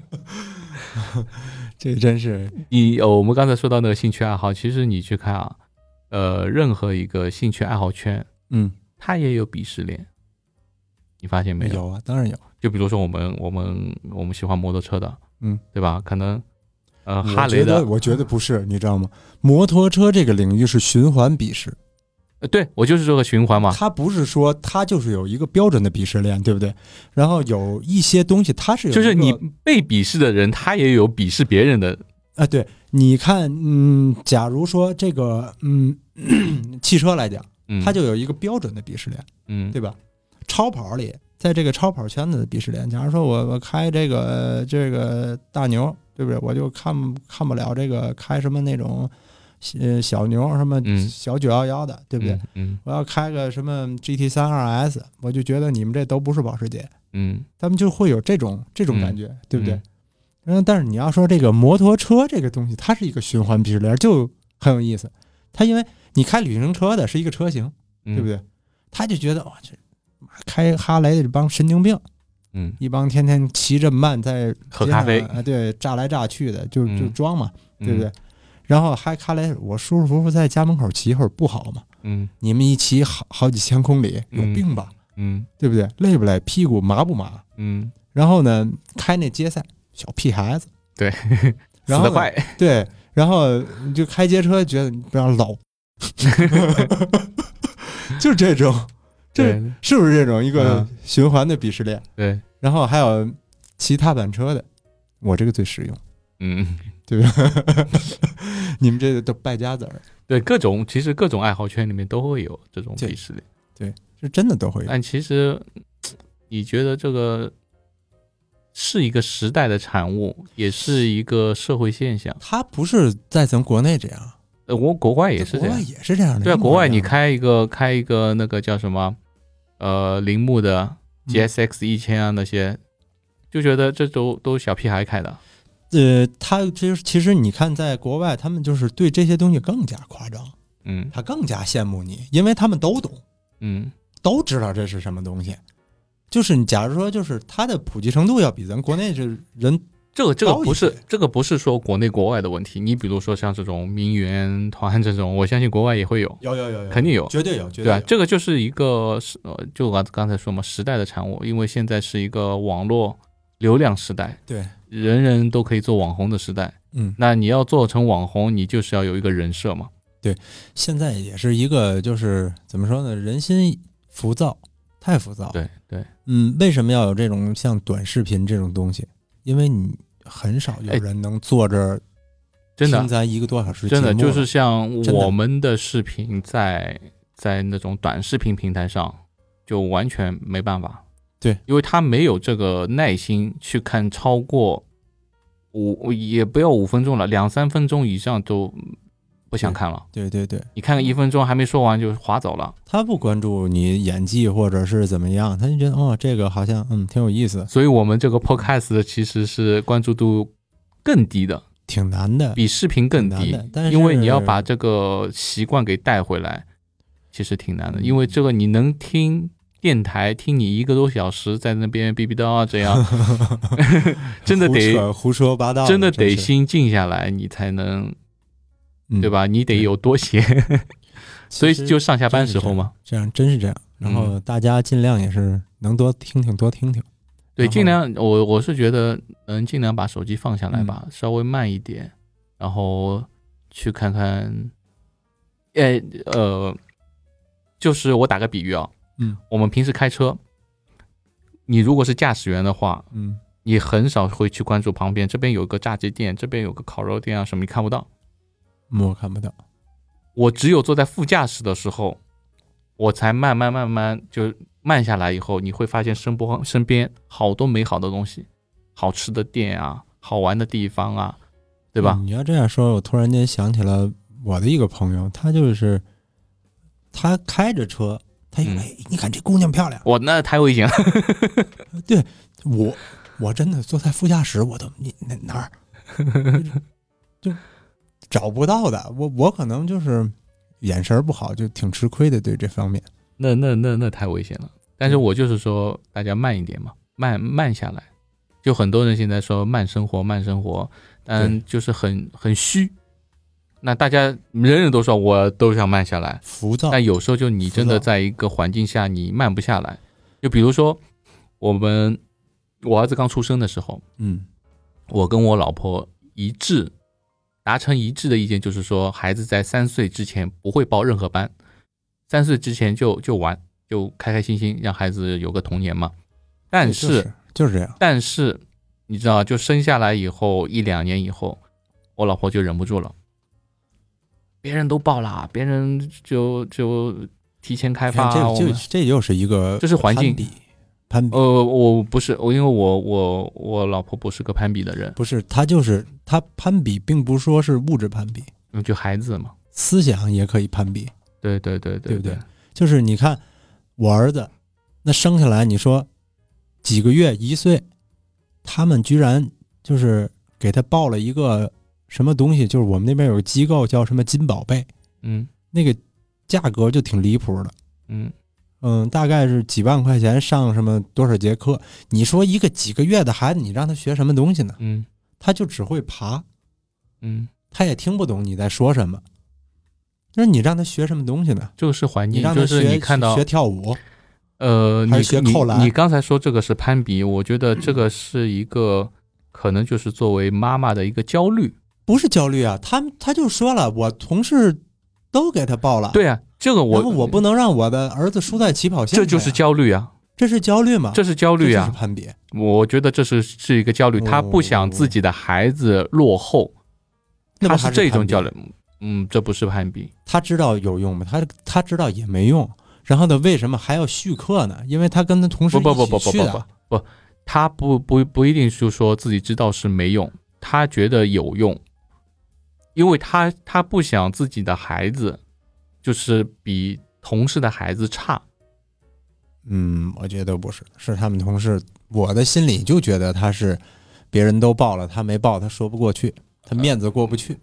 Speaker 2: 这真是
Speaker 1: 你呃，我们刚才说到那个兴趣爱好，其实你去看啊，呃，任何一个兴趣爱好圈，
Speaker 2: 嗯，
Speaker 1: 它也有鄙视链，你发现没有？
Speaker 2: 有啊，当然有。
Speaker 1: 就比如说我们我们我们喜欢摩托车的，
Speaker 2: 嗯，
Speaker 1: 对吧？可能呃
Speaker 2: 我
Speaker 1: 哈雷
Speaker 2: 觉得
Speaker 1: 的，
Speaker 2: 我觉得不是，你知道吗？摩托车这个领域是循环鄙视，
Speaker 1: 呃对我就是这个循环嘛，
Speaker 2: 它不是说它就是有一个标准的鄙视链，对不对？然后有一些东西它是有
Speaker 1: 就是
Speaker 2: 一个
Speaker 1: 你被鄙视的人，他也有鄙视别人的，
Speaker 2: 啊，对，你看，嗯，假如说这个，嗯，汽车来讲，
Speaker 1: 嗯，
Speaker 2: 它就有一个标准的鄙视链，
Speaker 1: 嗯
Speaker 2: 对吧？超跑里，在这个超跑圈子的鄙视链，假如说我我开这个这个大牛，对不对？我就看看不了这个开什么那种，呃，小牛什么
Speaker 1: 嗯
Speaker 2: 小九幺幺的，对不对？
Speaker 1: 嗯嗯
Speaker 2: 我要开个什么 GT 三二 S，我就觉得你们这都不是保时捷，
Speaker 1: 嗯，
Speaker 2: 他们就会有这种这种感
Speaker 1: 嗯
Speaker 2: 觉，对不对？
Speaker 1: 嗯
Speaker 2: 嗯，但是你要说这个摩托车这个东西，它是一个循环鄙视链，就很有意思。它因为你开旅行车的是一个车型，
Speaker 1: 对
Speaker 2: 对不？对？他就觉得哇，这妈开哈雷的这帮神经病，
Speaker 1: 嗯，
Speaker 2: 一帮天天骑这么慢，在
Speaker 1: 喝
Speaker 2: 街上
Speaker 1: 咖啡
Speaker 2: 啊，对，炸来炸去的，就就
Speaker 1: 嗯
Speaker 2: 装嘛，对不对
Speaker 1: 嗯？？
Speaker 2: 然后还哈雷，我舒舒服服在家门口骑一会儿不好吗？
Speaker 1: 嗯
Speaker 2: 你们一骑好好几千公里，有
Speaker 1: 嗯
Speaker 2: 病吧？
Speaker 1: 嗯
Speaker 2: 对不对？累不累？屁股麻不麻？
Speaker 1: 嗯，
Speaker 2: 然后呢，开那街赛，小屁孩子，
Speaker 1: 对， 死
Speaker 2: 然后
Speaker 1: 得
Speaker 2: 呢
Speaker 1: 快，
Speaker 2: 对，然后你就开街车，觉得你不要老， 就是这种，这
Speaker 1: 对
Speaker 2: 是不是这种一个
Speaker 1: 嗯
Speaker 2: 循环的鄙视链？
Speaker 1: 对，
Speaker 2: 然后还有骑踏板车的，我这个最实用，
Speaker 1: 嗯，
Speaker 2: 对吧？ 你们这个都败家子儿，
Speaker 1: 对，各种其实各种爱好圈里面都会有这种
Speaker 2: 对
Speaker 1: 鄙视链，
Speaker 2: 是真的都会有。
Speaker 1: 但其实嗯你觉得这个是一个时代的产物，也是一个社会现象。
Speaker 2: 他不是在咱国内这样，
Speaker 1: 呃，我国外也
Speaker 2: 在
Speaker 1: 是
Speaker 2: 国
Speaker 1: 这
Speaker 2: 外
Speaker 1: 样，
Speaker 2: 也是这样的。
Speaker 1: 对啊，
Speaker 2: 一模
Speaker 1: 国外
Speaker 2: 一样
Speaker 1: 你
Speaker 2: 的
Speaker 1: 开一个开一个那个叫什么，呃，铃木的
Speaker 2: 嗯
Speaker 1: GSX 一千啊那些，就觉得这都都小屁孩开的，
Speaker 2: 呃，他其实其实你看，在国外他们就是对这些东西更加夸张，
Speaker 1: 嗯
Speaker 2: 他更加羡慕你，因为他们都懂，
Speaker 1: 嗯
Speaker 2: 都知道这是什么东西。就是你假如说，就是它的普及程度要比咱国内这人
Speaker 1: 这个这个
Speaker 2: 高一
Speaker 1: 不是
Speaker 2: 些
Speaker 1: 这个不是说国内国外的问题，你比如说像这种名媛团 这种，我相信国外也会有，
Speaker 2: 有有有有
Speaker 1: 肯定有，
Speaker 2: 绝对有，绝
Speaker 1: 对吧、这个就是一个时呃，就我刚才说嘛，时代的产物，因为现在是一个网络流量时代，
Speaker 2: 对，
Speaker 1: 人人都可以做网红的时代。
Speaker 2: 嗯，
Speaker 1: 那你要做成网红，你就是要有一个人设嘛。
Speaker 2: 现在也是一个就是怎么说呢，人心浮躁，太浮躁。，
Speaker 1: 对对，
Speaker 2: 嗯，为什么要有这种像短视频这种东西？因为你很少有
Speaker 1: 哎
Speaker 2: 人能坐这儿
Speaker 1: 真的
Speaker 2: 听
Speaker 1: 啊
Speaker 2: 咱一个多小时节
Speaker 1: 真
Speaker 2: 目
Speaker 1: 的
Speaker 2: 了，
Speaker 1: 就是像
Speaker 2: 真的
Speaker 1: 我们的视频在在那种短视频平台上就完全没办法。
Speaker 2: 对，
Speaker 1: 因为他没有这个耐心去看超过五，也不要五分钟了，两三分钟以上都不想
Speaker 2: 对
Speaker 1: 看了。
Speaker 2: 对对对，
Speaker 1: 你看个一分钟还没说完就划走了，
Speaker 2: 他不关注你演技或者是怎么样，他就觉得哦，这个好像嗯挺有意思，
Speaker 1: 所以我们这个 podcast 其实是关注度更低的，
Speaker 2: 挺难的，
Speaker 1: 比视频更
Speaker 2: 挺
Speaker 1: 低
Speaker 2: 难的但，是
Speaker 1: 因为你要把这个习惯给带回来，其实挺难的，
Speaker 2: 嗯
Speaker 1: 因为这个你能听电台听你一个多小时，在那边哔哔叨啊，这 样真的
Speaker 2: 胡
Speaker 1: 得
Speaker 2: 扯胡说八道，
Speaker 1: 真的得
Speaker 2: 信，
Speaker 1: 心静下来，你才能
Speaker 2: 嗯
Speaker 1: 对？吧？你得有多闲，所以
Speaker 2: 其实
Speaker 1: 就嗯上下班时候嘛，
Speaker 2: 这样，真是这样。然后大家尽量也是能多听听，多听听。
Speaker 1: 对，
Speaker 2: 然后
Speaker 1: 尽量我我是觉得能尽量把手机放下来吧，
Speaker 2: 嗯
Speaker 1: 稍微慢一点，然后去看看，呃呃，就是我打个比喻啊，
Speaker 2: 嗯
Speaker 1: 我们平时开车，你如果是驾驶员的话，
Speaker 2: 嗯
Speaker 1: 你很少会去关注旁边，这边有个炸鸡店，这边有个烤肉店啊什么，你看不到。
Speaker 2: 嗯，我看不到。
Speaker 1: 我只有坐在副驾驶的时候，我才慢慢慢慢就慢下来以后，你会发现身波身边好多美好的东西，好吃的店啊，好玩的地方啊，对吧？
Speaker 2: 嗯你要这样说，我突然间想起了我的一个朋友，他就是他开着车，他一看
Speaker 1: 嗯
Speaker 2: 哎，你看这姑娘漂亮，
Speaker 1: 我那太危险了，
Speaker 2: 对我我真的坐在副驾驶，我都你哪哪儿 就就找不到的。我我可能就是眼神不好，就挺吃亏的，对这方面。
Speaker 1: 那那那那太危险了。但是我就是说，大家慢一点嘛，慢慢下来。就很多人现在说慢生活，慢生活，但就是很很虚。那大家人人都说我都想慢下来，
Speaker 2: 浮躁，
Speaker 1: 但有时候就你真的
Speaker 2: 浮躁
Speaker 1: 在一个环境下，你慢不下来。就比如说，我们我儿子刚出生的时候，
Speaker 2: 嗯
Speaker 1: 我跟我老婆一致达成一致的意见，就是说孩子在三岁之前不会报任何班，三岁之前就就玩，就开开心心，让孩子有个童年嘛。但
Speaker 2: 对就是就是这样，
Speaker 1: 但是你知道，就生下来以后一两年以后，我老婆就忍不住了。别人都报了，啊别人就就提前开
Speaker 2: 你
Speaker 1: 发
Speaker 2: 看
Speaker 1: 啊，
Speaker 2: 这
Speaker 1: 我
Speaker 2: 就
Speaker 1: 们
Speaker 2: 这又是一个
Speaker 1: 这是环境
Speaker 2: 攀比，攀比
Speaker 1: 呃，我不是我，因为我我我老婆不是个攀比的人，
Speaker 2: 不是他就是他攀比，并不说是物质攀比，
Speaker 1: 嗯就孩子嘛，
Speaker 2: 思想也可以攀比。
Speaker 1: 对对对对
Speaker 2: 对不对就是你看我儿子，那生下来你说几个月一岁，他们居然就是给他报了一个什么东西，就是我们那边有个机构叫什么金宝贝，
Speaker 1: 嗯
Speaker 2: 那个价格就挺离谱的。
Speaker 1: 嗯，
Speaker 2: 嗯，大概是几万块钱上什么多少节课？你说一个几个月的孩子，你让他学什么东西呢？
Speaker 1: 嗯
Speaker 2: 他就只会爬，
Speaker 1: 嗯，
Speaker 2: 他也听不懂你在说什么。那你让他学什么东西呢？
Speaker 1: 就是环
Speaker 2: 你
Speaker 1: 境，
Speaker 2: 让他
Speaker 1: 就
Speaker 2: 学
Speaker 1: 是你看到
Speaker 2: 学跳舞，
Speaker 1: 呃，
Speaker 2: 还
Speaker 1: 你
Speaker 2: 是学
Speaker 1: 你
Speaker 2: 扣篮
Speaker 1: 你刚才说这个是攀比，我觉得这个是一个可能就是作为妈妈的一个焦虑。
Speaker 2: 不是焦虑啊，他他就说了，我同事都给他报了，，
Speaker 1: 对啊，这个我
Speaker 2: 然后我不能让我的儿子输在起跑线上
Speaker 1: 这
Speaker 2: 呀，
Speaker 1: 就是焦虑啊，
Speaker 2: 这是焦虑嘛？
Speaker 1: 这是焦虑
Speaker 2: 这就
Speaker 1: 啊
Speaker 2: 是。攀比，
Speaker 1: 我觉得这是是一个焦虑，
Speaker 2: 哦
Speaker 1: 他不想自己的孩子落后，
Speaker 2: 那不
Speaker 1: 他
Speaker 2: 还
Speaker 1: 是这
Speaker 2: 攀
Speaker 1: 种
Speaker 2: 比
Speaker 1: 焦虑。嗯，这不是攀比。
Speaker 2: 他知道有用吗？他他知道也没用，然后呢，为什么还要续课呢？因为他跟他同事
Speaker 1: 不不不不
Speaker 2: 一起
Speaker 1: 不
Speaker 2: 去
Speaker 1: 不
Speaker 2: 的
Speaker 1: 不不，他不不不一定就说自己知道是没用，他觉得有用，因为他他不想自己的孩子就是比同事的孩子差。
Speaker 2: 嗯，我觉得不是，是他们同事。我的心里就觉得他是别人都报了，他没报，他说不过去，他面子过不去。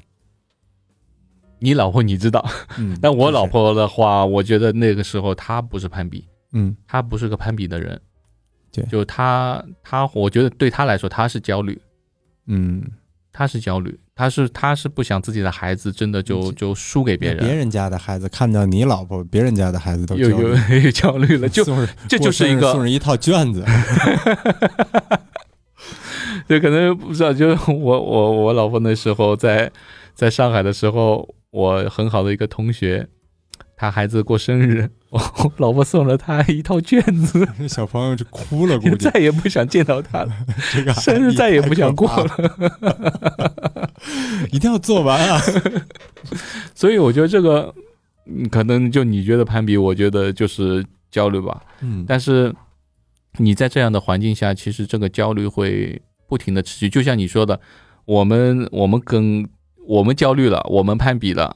Speaker 1: 你老婆你知道，
Speaker 2: 嗯，
Speaker 1: 但我老
Speaker 2: 就是，
Speaker 1: 婆的话，我觉得那个时候她不是攀比，
Speaker 2: 嗯，
Speaker 1: 他不是个攀比的人，
Speaker 2: 对
Speaker 1: 就他他，我觉得对他来说，他是焦虑，
Speaker 2: 嗯，
Speaker 1: 他是焦虑，他是他是不想自己的孩子真的
Speaker 2: 理
Speaker 1: 就
Speaker 2: 解
Speaker 1: 就输给别人，
Speaker 2: 别人家的孩子看到你老婆，别人家的孩子都
Speaker 1: 有
Speaker 2: 焦虑
Speaker 1: 有 有焦虑了，就
Speaker 2: 送人
Speaker 1: 这
Speaker 2: 过
Speaker 1: 就是
Speaker 2: 生日
Speaker 1: 一个
Speaker 2: 送人一套卷 子，
Speaker 1: 对，可能不知道，就是我我我老婆那时候在在上海的时候，我很好的一个同学，他孩子过生日，我我老婆送了他一套卷子，
Speaker 2: 那小朋友就哭了，估计
Speaker 1: 再也不想见到他了，
Speaker 2: 这个
Speaker 1: 生日再也不想过
Speaker 2: 了， 一定要做完 啊！
Speaker 1: 所以我觉得这个，嗯可能就你觉得攀比，我觉得就是焦虑吧。
Speaker 2: 嗯，
Speaker 1: 但是你在这样的环境下，其实这个焦虑会不停的持续。就像你说的，我们我们跟我们焦虑了，我们攀比了，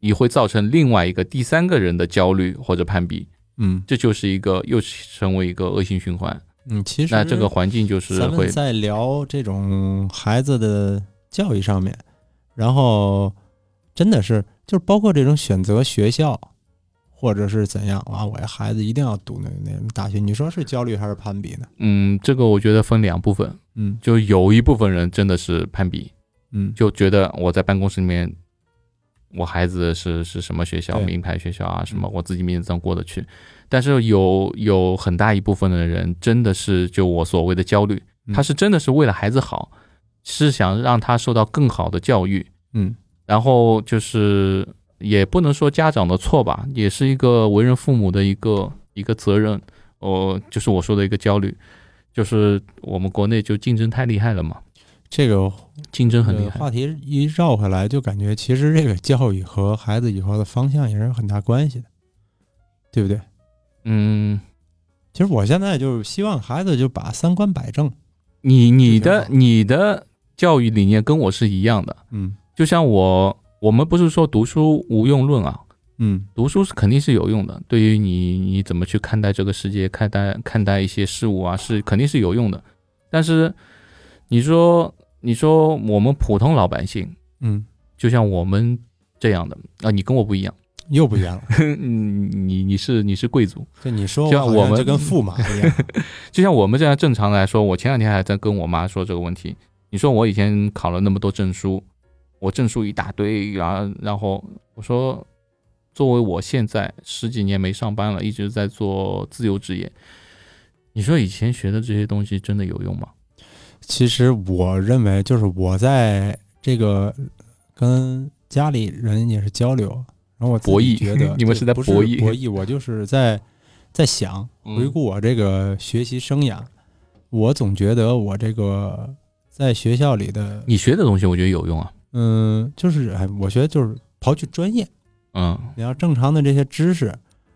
Speaker 1: 你会造成另外一个第三个人的焦虑或者攀比，
Speaker 2: 嗯
Speaker 1: 这就是一个又成为一个恶性循环。
Speaker 2: 嗯，其实
Speaker 1: 那这个环境就是
Speaker 2: 咱
Speaker 1: 会
Speaker 2: 们，在聊这种孩子的教育上面，然后真的是就是包括这种选择学校，或者是怎样啊？我这孩子一定要读那那什么大学，你说是焦虑还是攀比呢？
Speaker 1: 嗯，这个我觉得分两部分，
Speaker 2: 嗯
Speaker 1: 就有一部分人真的是攀比，
Speaker 2: 嗯，
Speaker 1: 就觉得我在办公室里面，我孩子是是什么学校，
Speaker 2: 对
Speaker 1: 名牌学校啊，什么我自己面子上过得去。但是有有很大一部分的人真的是就我所谓的焦虑，
Speaker 2: 嗯
Speaker 1: 他是真的是为了孩子好，是想让他受到更好的教育，
Speaker 2: 嗯
Speaker 1: 然后就是也不能说家长的错吧，也是一个为人父母的一个一个责任。哦，就是我说的一个焦虑，就是我们国内就竞争太厉害了嘛，
Speaker 2: 这个
Speaker 1: 竞争很厉
Speaker 2: 呃
Speaker 1: 害。
Speaker 2: 话题一绕回来，就感觉其实这个教育和孩子以后的方向也是有很大关系的，对不对？
Speaker 1: 嗯，
Speaker 2: 其实我现在就是希望孩子就把三观摆正，
Speaker 1: 你你
Speaker 2: 就挺
Speaker 1: 的
Speaker 2: 好
Speaker 1: 你的教育理念跟我是一样的，
Speaker 2: 嗯
Speaker 1: 就像我我们不是说读书无用论啊，
Speaker 2: 嗯
Speaker 1: 读书是肯定是有用的，对于你你怎么去看待这个世界，看待看待一些事物啊，是肯定是有用的。但是你说你说我们普通老百姓，
Speaker 2: 嗯，
Speaker 1: 就像我们这样的啊，你跟我不一样，
Speaker 2: 又不一样了。
Speaker 1: 你你你是你是贵族，
Speaker 2: 就你 说
Speaker 1: 就像
Speaker 2: 我好
Speaker 1: 我
Speaker 2: 像
Speaker 1: 们
Speaker 2: 就跟驸马一 样，
Speaker 1: 就像我们这样正常来说，我前两天还在跟我妈说这个问题。你说我以前考了那么多证书，我证书一大堆，然后然后我说，作为我现在十几年没上班了，一直在做自由职业，你说以前学的这些东西真的有用吗？
Speaker 2: 其实我认为，就是我在这个跟家里人也是交流，然后我自己
Speaker 1: 博弈
Speaker 2: 觉 得
Speaker 1: 你们是在
Speaker 2: 对不是
Speaker 1: 博弈
Speaker 2: 博弈，我就是在在想
Speaker 1: 嗯
Speaker 2: 回顾我这个学习生涯，我总觉得我这个在学校里的，
Speaker 1: 你学的东西我觉得有用啊，
Speaker 2: 嗯，就是哎，我觉得就是刨去专业，
Speaker 1: 嗯
Speaker 2: 你要正常的这些知识，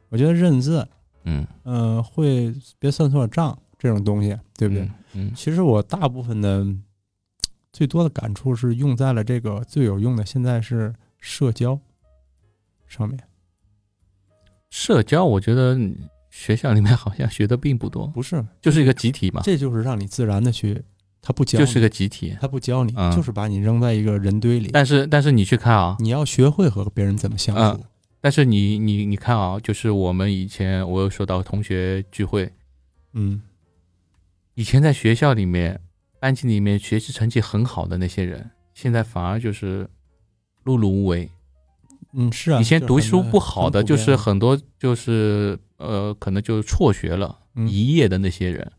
Speaker 2: 我觉得认字，
Speaker 1: 嗯，
Speaker 2: 嗯、会别算错账这种东西，对
Speaker 1: 对
Speaker 2: 不对？？
Speaker 1: 嗯
Speaker 2: 其实我大部分的最多的感触是用在了这个最有用的，现在是社交上面，
Speaker 1: 社交我觉得学校里面好像学的并不多，
Speaker 2: 不是，
Speaker 1: 就是一个集体嘛，
Speaker 2: 这就是让你自然的去，他不教你，
Speaker 1: 就是个集体。
Speaker 2: 他不教你，
Speaker 1: 嗯
Speaker 2: 就是把你扔在一个人堆里，
Speaker 1: 但是但是你去看啊，
Speaker 2: 你要学会和别人怎么相处。
Speaker 1: 但是你你你看啊，就是我们以前我有说到同学聚会，
Speaker 2: 嗯
Speaker 1: 以前在学校里面、班级里面学习成绩很好的那些人，现在反而就是碌碌无为。
Speaker 2: 嗯，是啊，
Speaker 1: 以前
Speaker 2: 这
Speaker 1: 读书
Speaker 2: 很
Speaker 1: 不好的，
Speaker 2: 很普
Speaker 1: 就
Speaker 2: 遍
Speaker 1: 是很多就是呃，可能就是辍学了、
Speaker 2: 嗯
Speaker 1: 一夜的那些人，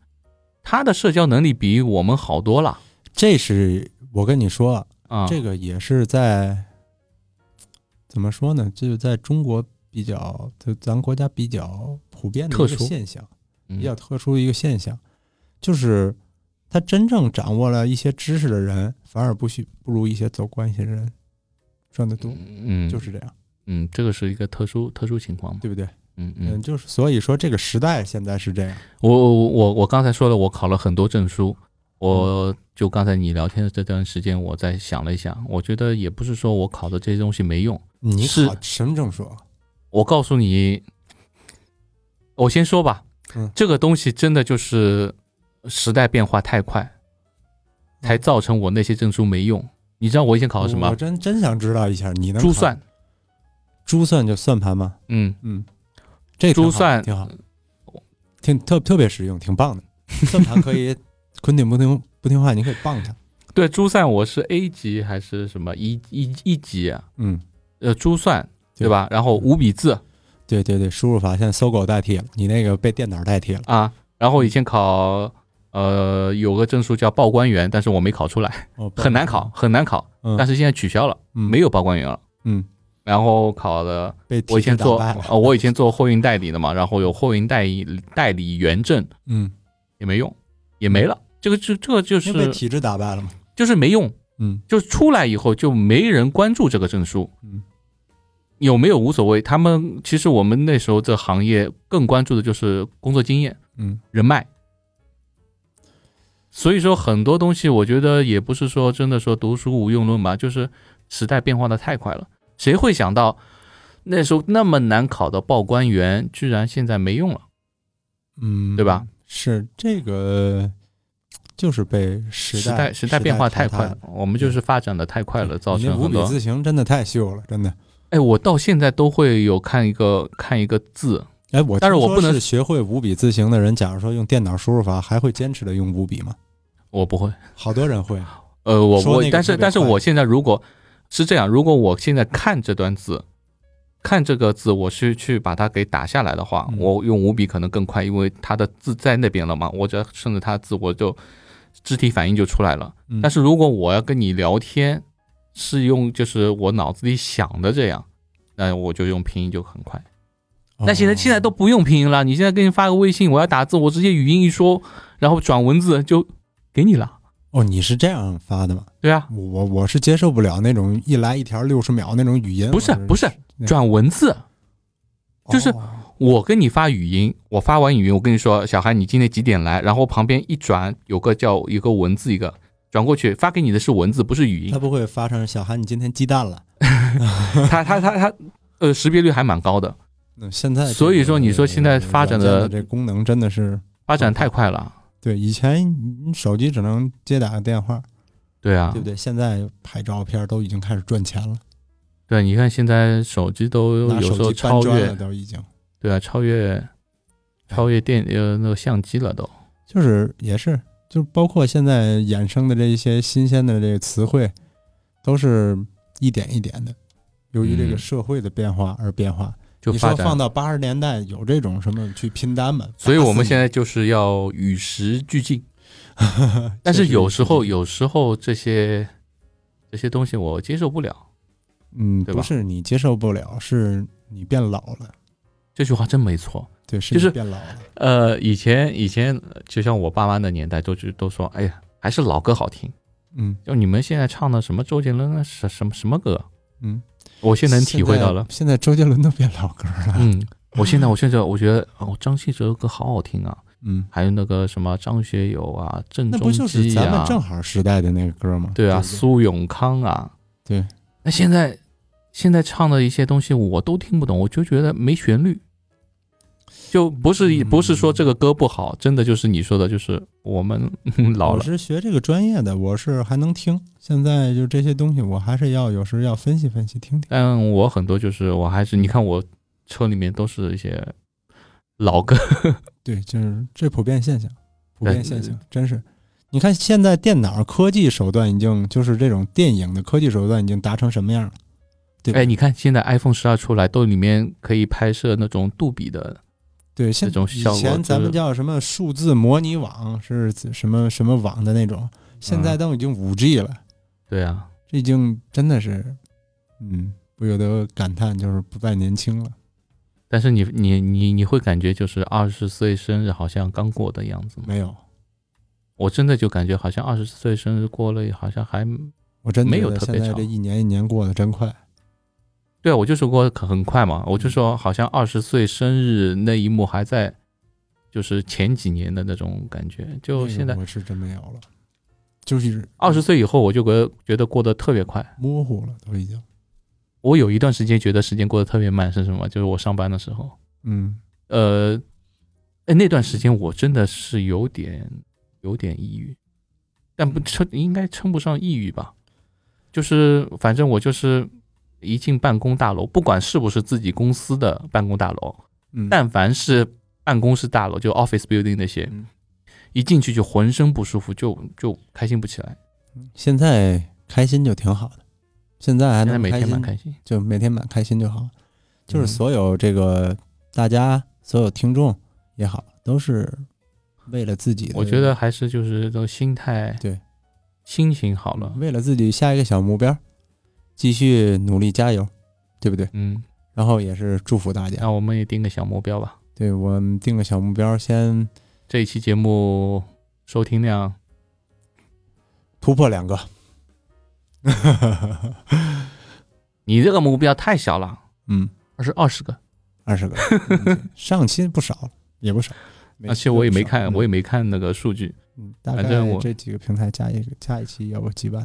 Speaker 1: 他的社交能力比我们好多了
Speaker 2: 这是我跟你说，
Speaker 1: 啊。
Speaker 2: 这个也是在怎么说呢？这就在中国比较，就咱国家比较普遍的一
Speaker 1: 特
Speaker 2: 个
Speaker 1: 殊
Speaker 2: 现象。
Speaker 1: 嗯
Speaker 2: 比较特殊的一个现象，就是他真正掌握了一些知识的人，反而不许不如一些走关系的人赚得多，
Speaker 1: 嗯，
Speaker 2: 就是这样，
Speaker 1: 嗯，这个是一个特殊特殊情况嘛。
Speaker 2: 对不对？
Speaker 1: 嗯
Speaker 2: 嗯，
Speaker 1: 嗯，
Speaker 2: 就是所以说这个时代现在是这样，
Speaker 1: 我我我我刚才说了，我考了很多证书。我就刚才你聊天的这段时间，我在想了一下，我觉得也不是说我考的这些东西没用。
Speaker 2: 你
Speaker 1: 是
Speaker 2: 考什么证书啊？
Speaker 1: 我告诉你，我先说吧，
Speaker 2: 嗯
Speaker 1: 这个东西真的就是时代变化太快，才造成我那些证书没用。你知道我以前考的哦什
Speaker 2: 嗯我
Speaker 1: 么？
Speaker 2: 真真想知道一下，你能
Speaker 1: 珠
Speaker 2: 考
Speaker 1: 算，，
Speaker 2: 珠算就算盘吗？
Speaker 1: 嗯，
Speaker 2: 嗯，这挺好
Speaker 1: 珠算
Speaker 2: 挺好，挺特特别实用，挺棒的。算盘可以，昆汀不听不听话，你可以棒他。
Speaker 1: 对，珠算我是 A 级还是什么一一一级啊？
Speaker 2: 嗯，
Speaker 1: 呃，珠算对
Speaker 2: 对
Speaker 1: 吧？然后五笔字
Speaker 2: 对对对，输入法现在搜狗代替了，你那个被电脑代替了。
Speaker 1: 啊，然后以前考呃有个证书叫报关员，但是我没考出来。
Speaker 2: 哦，
Speaker 1: 很难考，，很难考，
Speaker 2: 嗯，
Speaker 1: 但是现在取消了，
Speaker 2: 嗯
Speaker 1: 没有报关员了。
Speaker 2: 嗯，
Speaker 1: 然后考的，
Speaker 2: 被
Speaker 1: 我以前做，
Speaker 2: 体制打败了
Speaker 1: 呃，我以前做货运代理的嘛，然后有货运代理代理员证
Speaker 2: 嗯，
Speaker 1: 也没用，也没了。这个这这个就
Speaker 2: 因为被
Speaker 1: 是
Speaker 2: 体制打败了嘛，
Speaker 1: 就是没用，
Speaker 2: 嗯
Speaker 1: 就是出来以后就没人关注这个证书，
Speaker 2: 嗯
Speaker 1: 有没有无所谓。他们其实我们那时候这行业更关注的就是工作经验。
Speaker 2: 嗯，
Speaker 1: 人脉。所以说很多东西，我觉得也不是说真的说读书无用论吧，就是时代变化的太快了，谁会想到那时候那么难考的报关员，居然现在没用了？
Speaker 2: 嗯，
Speaker 1: 对吧？
Speaker 2: 是这个，就是被时
Speaker 1: 时
Speaker 2: 代
Speaker 1: 时代变化
Speaker 2: 淘汰
Speaker 1: 太快了
Speaker 2: 了，，
Speaker 1: 我们就是发展的太快了，造
Speaker 2: 你那
Speaker 1: 成
Speaker 2: 五
Speaker 1: 很
Speaker 2: 笔
Speaker 1: 多。
Speaker 2: 字形真的太秀了，真的。
Speaker 1: 哎，我到现在都会有看一个看一个字，
Speaker 2: 哎，我
Speaker 1: 但是
Speaker 2: 听
Speaker 1: 我
Speaker 2: 说
Speaker 1: 不能
Speaker 2: 是学会五笔字形的人，假如说用电脑输入法，还会坚持的用五笔吗？
Speaker 1: 我不会。
Speaker 2: 好多人会，
Speaker 1: 呃，我
Speaker 2: 说
Speaker 1: 我
Speaker 2: 那，个
Speaker 1: 但
Speaker 2: 特
Speaker 1: 是
Speaker 2: 别
Speaker 1: 但是
Speaker 2: 快
Speaker 1: 我现在如果是这样，如果我现在看这段字，看这个字，我是去把它给打下来的话，
Speaker 2: 嗯
Speaker 1: 我用五笔可能更快，因为它的字在那边了嘛，我只要顺着它的字，我就肢体反应就出来了。
Speaker 2: 嗯
Speaker 1: 但是如果我要跟你聊天，是用就是我脑子里想的这样，那我就用拼音就很快。
Speaker 2: 哦
Speaker 1: 那现在现在都不用拼音了，你现在给你发个微信，我要打字，我直接语音一说，然后转文字就给你了。
Speaker 2: 哦，你是这样发的吗？
Speaker 1: 对啊，
Speaker 2: 我我我是接受不了那种一来一条六十秒那种语音，
Speaker 1: 不是
Speaker 2: 我
Speaker 1: 不是
Speaker 2: 那
Speaker 1: 转文字。就是
Speaker 2: 哦
Speaker 1: 我跟你发语音，我发完语音，我跟你说，小韩，你今天几点来？然后旁边一转，有个叫一个文字，一个转过去，发给你的是文字，不是语音
Speaker 2: 他。不会发成小韩，你今天鸡蛋了。嗯
Speaker 1: 它它它它，呃，识别率还蛮高的，
Speaker 2: 那现在这个
Speaker 1: 所以说你说现在发展的
Speaker 2: 软件这功能真的是
Speaker 1: 发展太快了。
Speaker 2: 对，以前你手机只能接打个电话，
Speaker 1: 对啊
Speaker 2: 对，不对？现在拍照片都已经开始赚钱了，
Speaker 1: 对，你看现在手机都
Speaker 2: 拿
Speaker 1: 有时
Speaker 2: 手
Speaker 1: 候
Speaker 2: 机搬
Speaker 1: 超
Speaker 2: 砖了
Speaker 1: 越，
Speaker 2: 都已经。
Speaker 1: 对啊，超越超越电呃那个相机了都。
Speaker 2: 就是也是，就包括现在衍生的这一些新鲜的这个词汇，都是一点一点的，由于这个
Speaker 1: 嗯
Speaker 2: 社会的变化而变化。
Speaker 1: 就
Speaker 2: 你
Speaker 1: 发
Speaker 2: 说
Speaker 1: 展
Speaker 2: 放到八十年代有这种什么去拼单吗？
Speaker 1: 所以我们现在
Speaker 2: 在，
Speaker 1: 就是要与时俱进，但是有时 候，有时候这些这些东西我接受不了。
Speaker 2: 嗯，
Speaker 1: 对吧
Speaker 2: 不是你接受不了，是你变老了，
Speaker 1: 这句话真没错。
Speaker 2: 对，是
Speaker 1: 就
Speaker 2: 你
Speaker 1: 是
Speaker 2: 变老了，
Speaker 1: 呃，以前以前就像我爸妈那年代，都就都说，哎呀，还是老歌好听。
Speaker 2: 嗯
Speaker 1: 就你们现在唱的什么周杰伦啊，什什么什么歌，
Speaker 2: 嗯，
Speaker 1: 我现在能体会到了。
Speaker 2: 现在。现在周杰伦都变老歌了，
Speaker 1: 嗯，我现在我现在我觉得哦，张信哲的歌好好听啊，
Speaker 2: 嗯，
Speaker 1: 还有那个什么张学友啊、郑
Speaker 2: 那
Speaker 1: 中
Speaker 2: 不就是
Speaker 1: 基
Speaker 2: 咱们
Speaker 1: 啊，
Speaker 2: 正好时代的那个歌吗？
Speaker 1: 对啊，
Speaker 2: 不
Speaker 1: 苏永康啊，
Speaker 2: 对。
Speaker 1: 那现在现在唱的一些东西我都听不懂，我就觉得没旋律，就不是
Speaker 2: 嗯
Speaker 1: 不是说这个歌不好，真的就是你说的，就是我们 老
Speaker 2: 我
Speaker 1: 了。
Speaker 2: 是学这个专业的，我是还能听。现在就这些东西，我还是要有时要分析分析听听。
Speaker 1: 但我很多就是我还是你看我车里面都是一些老歌，
Speaker 2: 对，就是这普遍现象，
Speaker 1: 哎
Speaker 2: 普遍现象
Speaker 1: 对
Speaker 2: 真是。你看现在电脑科技手段已经就是这种电影的科技手段已经达成什么样了？对 吧
Speaker 1: 哎，你看现在 iPhone 十二出来都里面可以拍摄那种杜比的，
Speaker 2: 对，现
Speaker 1: 这种
Speaker 2: 以
Speaker 1: 效果
Speaker 2: 前咱
Speaker 1: 就
Speaker 2: 们
Speaker 1: 是
Speaker 2: 叫什么数字模拟网是什么什么网的那种，现
Speaker 1: 嗯
Speaker 2: 在都已经五 G 了，
Speaker 1: 对啊，
Speaker 2: 这已经真的是，嗯，不由得感叹就是不再年轻了。
Speaker 1: 但是你你你你会感觉就是二十岁生日好像刚过的样子吗？
Speaker 2: 没有，
Speaker 1: 我真的就感觉好像二十岁生日过了，好像还
Speaker 2: 我真
Speaker 1: 没
Speaker 2: 觉
Speaker 1: 有
Speaker 2: 得
Speaker 1: 特
Speaker 2: 现
Speaker 1: 别
Speaker 2: 在
Speaker 1: 长
Speaker 2: 这一年一年过得真快。
Speaker 1: 对啊，我就说过很很快嘛，我就说好像二十岁生日那一幕还在，就是前几年的那种感觉，就
Speaker 2: 那个
Speaker 1: 现在
Speaker 2: 我是真没有了，就是嗯
Speaker 1: 二十岁以后，我就觉得觉得过得特别快。
Speaker 2: 模糊了，都已经。
Speaker 1: 我有一段时间觉得时间过得特别慢，是什么？就是我上班的时候，
Speaker 2: 嗯，
Speaker 1: 呃，哎，那段时间我真的是有点有点抑郁，但不称应该称不上抑郁吧，就是反正我就是一进办公大楼，不管是不是自己公司的办公大楼，
Speaker 2: 嗯
Speaker 1: 但凡是办公室大楼，就 office building 那些
Speaker 2: 嗯，
Speaker 1: 一进去就浑身不舒服，就就开心不起来。
Speaker 2: 现在开心就挺好的，现在还
Speaker 1: 现在
Speaker 2: 能
Speaker 1: 每天
Speaker 2: 心
Speaker 1: 蛮，开心，
Speaker 2: 就每天蛮开心就好。就是
Speaker 1: 嗯
Speaker 2: 所有这个大家所有听众也好，都是为了自己的，
Speaker 1: 我觉得还是就是这种心态，
Speaker 2: 对，
Speaker 1: 心情好了，
Speaker 2: 为了自己下一个小目标，继续努力加油，对不对？
Speaker 1: 嗯，
Speaker 2: 然后也是祝福大家，
Speaker 1: 那我们也定个小目标吧。
Speaker 2: 对我们定个小目标，先
Speaker 1: 这一期节目收听量，
Speaker 2: 突破 两个。
Speaker 1: 你这个目标太小了，
Speaker 2: 嗯，
Speaker 1: 二十二十个，
Speaker 2: 二十个， 嗯上期不少了，也不少。每
Speaker 1: 而
Speaker 2: 期
Speaker 1: 且
Speaker 2: 都
Speaker 1: 啊我也
Speaker 2: 不
Speaker 1: 没
Speaker 2: 少
Speaker 1: 看，我也
Speaker 2: 嗯
Speaker 1: 没看那个数据，
Speaker 2: 嗯大
Speaker 1: 反正
Speaker 2: 概
Speaker 1: 我
Speaker 2: 这几个平台加一个加一期要不几万。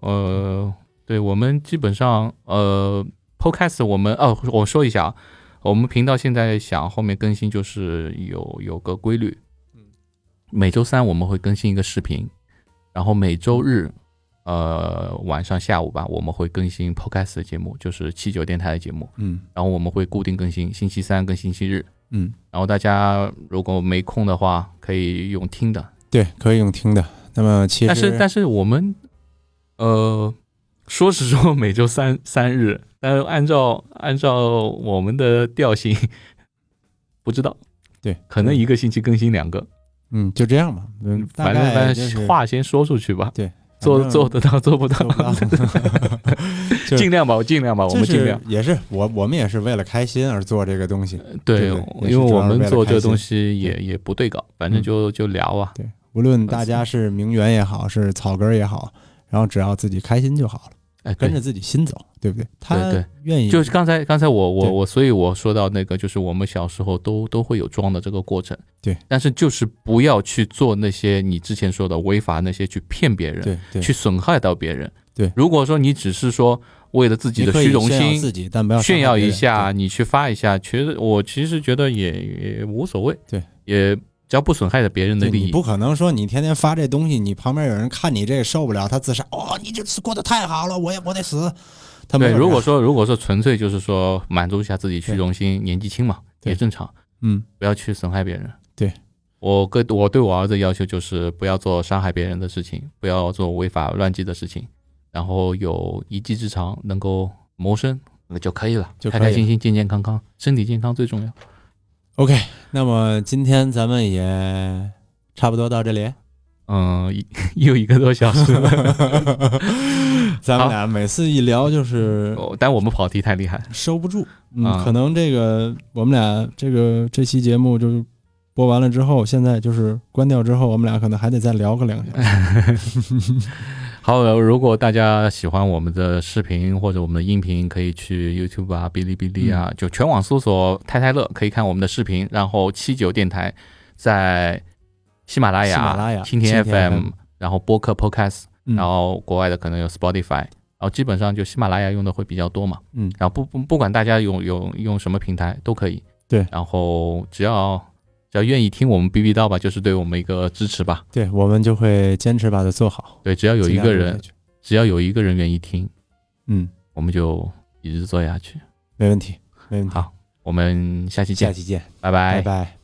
Speaker 1: 呃，对我们基本上呃，Podcast 我们哦，我说一下啊，我们频道现在想后面更新就是有有个规嗯律，每周三我们会更新一个视频，然后每周日，呃晚上下午吧，我们会更新 Podcast 的节目，就是七九电台的节目，
Speaker 2: 嗯
Speaker 1: 然后我们会固定更新，星期三跟星期日。
Speaker 2: 嗯，
Speaker 1: 然后大家如果没空的话，可以用听的。
Speaker 2: 对，可以用听的。那么其实，
Speaker 1: 但是但是我们，呃，说是说每周三 三日，但是按照按照我们的调性，不知道
Speaker 2: 对，
Speaker 1: 可能一个星期更新两个，
Speaker 2: 嗯，就这样吧。嗯，
Speaker 1: 反
Speaker 2: 大
Speaker 1: 正
Speaker 2: 概
Speaker 1: 反
Speaker 2: 就
Speaker 1: 正
Speaker 2: 是
Speaker 1: 话先说出去吧，
Speaker 2: 反
Speaker 1: 做
Speaker 2: 正
Speaker 1: 做得到 做不到，
Speaker 2: 做不到就是
Speaker 1: 尽量吧，我尽量吧，我
Speaker 2: 就
Speaker 1: 们
Speaker 2: 是
Speaker 1: 尽量。
Speaker 2: 也是我我们也是为了开心而做这个东西。
Speaker 1: 对
Speaker 2: 对对，也是
Speaker 1: 因为
Speaker 2: 主
Speaker 1: 我
Speaker 2: 要是
Speaker 1: 们
Speaker 2: 为了
Speaker 1: 做
Speaker 2: 开
Speaker 1: 这个
Speaker 2: 心嗯
Speaker 1: 东西也也不对稿，反正就就聊啊，
Speaker 2: 对，无论大家是名媛也好，是草根儿也好，然后只要自己开心就好了，
Speaker 1: 哎，对
Speaker 2: 跟着自己心走，对不对？他
Speaker 1: 对
Speaker 2: 愿意
Speaker 1: 就是刚才刚才我我
Speaker 2: 嗯对
Speaker 1: 我，所以我说到那个，就是我们小时候都都会有装的这个过程。
Speaker 2: 对，
Speaker 1: 但是就是不要去做那些你之前说的违法那些去骗别人，
Speaker 2: 对对，
Speaker 1: 去损害到别人。
Speaker 2: 对
Speaker 1: 如果说你只是说为了自己
Speaker 2: 你
Speaker 1: 的
Speaker 2: 可
Speaker 1: 虚
Speaker 2: 以
Speaker 1: 荣
Speaker 2: 炫耀
Speaker 1: 心
Speaker 2: 自己，但不要
Speaker 1: 炫
Speaker 2: 伤害
Speaker 1: 耀
Speaker 2: 别
Speaker 1: 一
Speaker 2: 人
Speaker 1: 下，。你去发一下，其实我其实觉得也也无所谓。
Speaker 2: 对，
Speaker 1: 也只要不损害到别人
Speaker 2: 对
Speaker 1: 的
Speaker 2: 对
Speaker 1: 利益。
Speaker 2: 你不可能说你天天发这东西，你旁边有人看你这受不了，他自杀哦，你这次过得太好了，我也我得死。他没
Speaker 1: 对，
Speaker 2: 有
Speaker 1: 如
Speaker 2: 这
Speaker 1: 果
Speaker 2: 样
Speaker 1: 说如果说纯粹就是说满足一下自己虚
Speaker 2: 对
Speaker 1: 荣心，年纪轻嘛，也
Speaker 2: 对
Speaker 1: 正常。
Speaker 2: 嗯，
Speaker 1: 不要去损害别人。
Speaker 2: 对，
Speaker 1: 我跟我对我儿子要求就是不要做伤害别人的事情，不要做违法乱纪的事情，然后有一技之长能够谋生那就可以了，
Speaker 2: 就可
Speaker 1: 开
Speaker 2: 以了
Speaker 1: 开心心、健健康康，身体健康最重要。
Speaker 2: OK，那么今天咱们也差不多到这里。
Speaker 1: 嗯，一又一个多小时 了，
Speaker 2: 咱们俩每次一聊就是
Speaker 1: 哦但我们跑题太厉害。
Speaker 2: 收不住，嗯，
Speaker 1: 啊
Speaker 2: 可能这个我们俩这个这期节目就是播完了之后，现在就是关掉之后，我们俩可能还得再聊个两小
Speaker 1: 哎
Speaker 2: 时。
Speaker 1: 好，如果大家喜欢我们的视频或者我们的音频，可以去 YouTube 啊、哔哩哔哩
Speaker 2: 嗯
Speaker 1: 啊，就全网搜索“太太乐”，可以看我们的视频。然后七九电台在喜马拉雅、
Speaker 2: 喜马拉雅
Speaker 1: 蜻
Speaker 2: 蜻蜓
Speaker 1: FM，
Speaker 2: FM
Speaker 1: 然后播客 Podcast，、
Speaker 2: 嗯
Speaker 1: 然后国外的可能有 Spotify，然后基本上就喜马拉雅用的会比较多嘛。
Speaker 2: 嗯，
Speaker 1: 然后不不不管大家用用用什么平台都可以。
Speaker 2: 对
Speaker 1: 然后只要只要愿意听我们哔哔叨吧，就是对我们一个支持吧。
Speaker 2: 对，我们就会坚持把它做好。
Speaker 1: 对，只要有一
Speaker 2: 尽量
Speaker 1: 个
Speaker 2: 录
Speaker 1: 人
Speaker 2: 下，去，
Speaker 1: 只要有一个人愿意听。
Speaker 2: 嗯，
Speaker 1: 我们就一直做下去。
Speaker 2: 没问题，没问题。
Speaker 1: 好，我们下期见
Speaker 2: 下，期见，
Speaker 1: 拜拜
Speaker 2: 拜。拜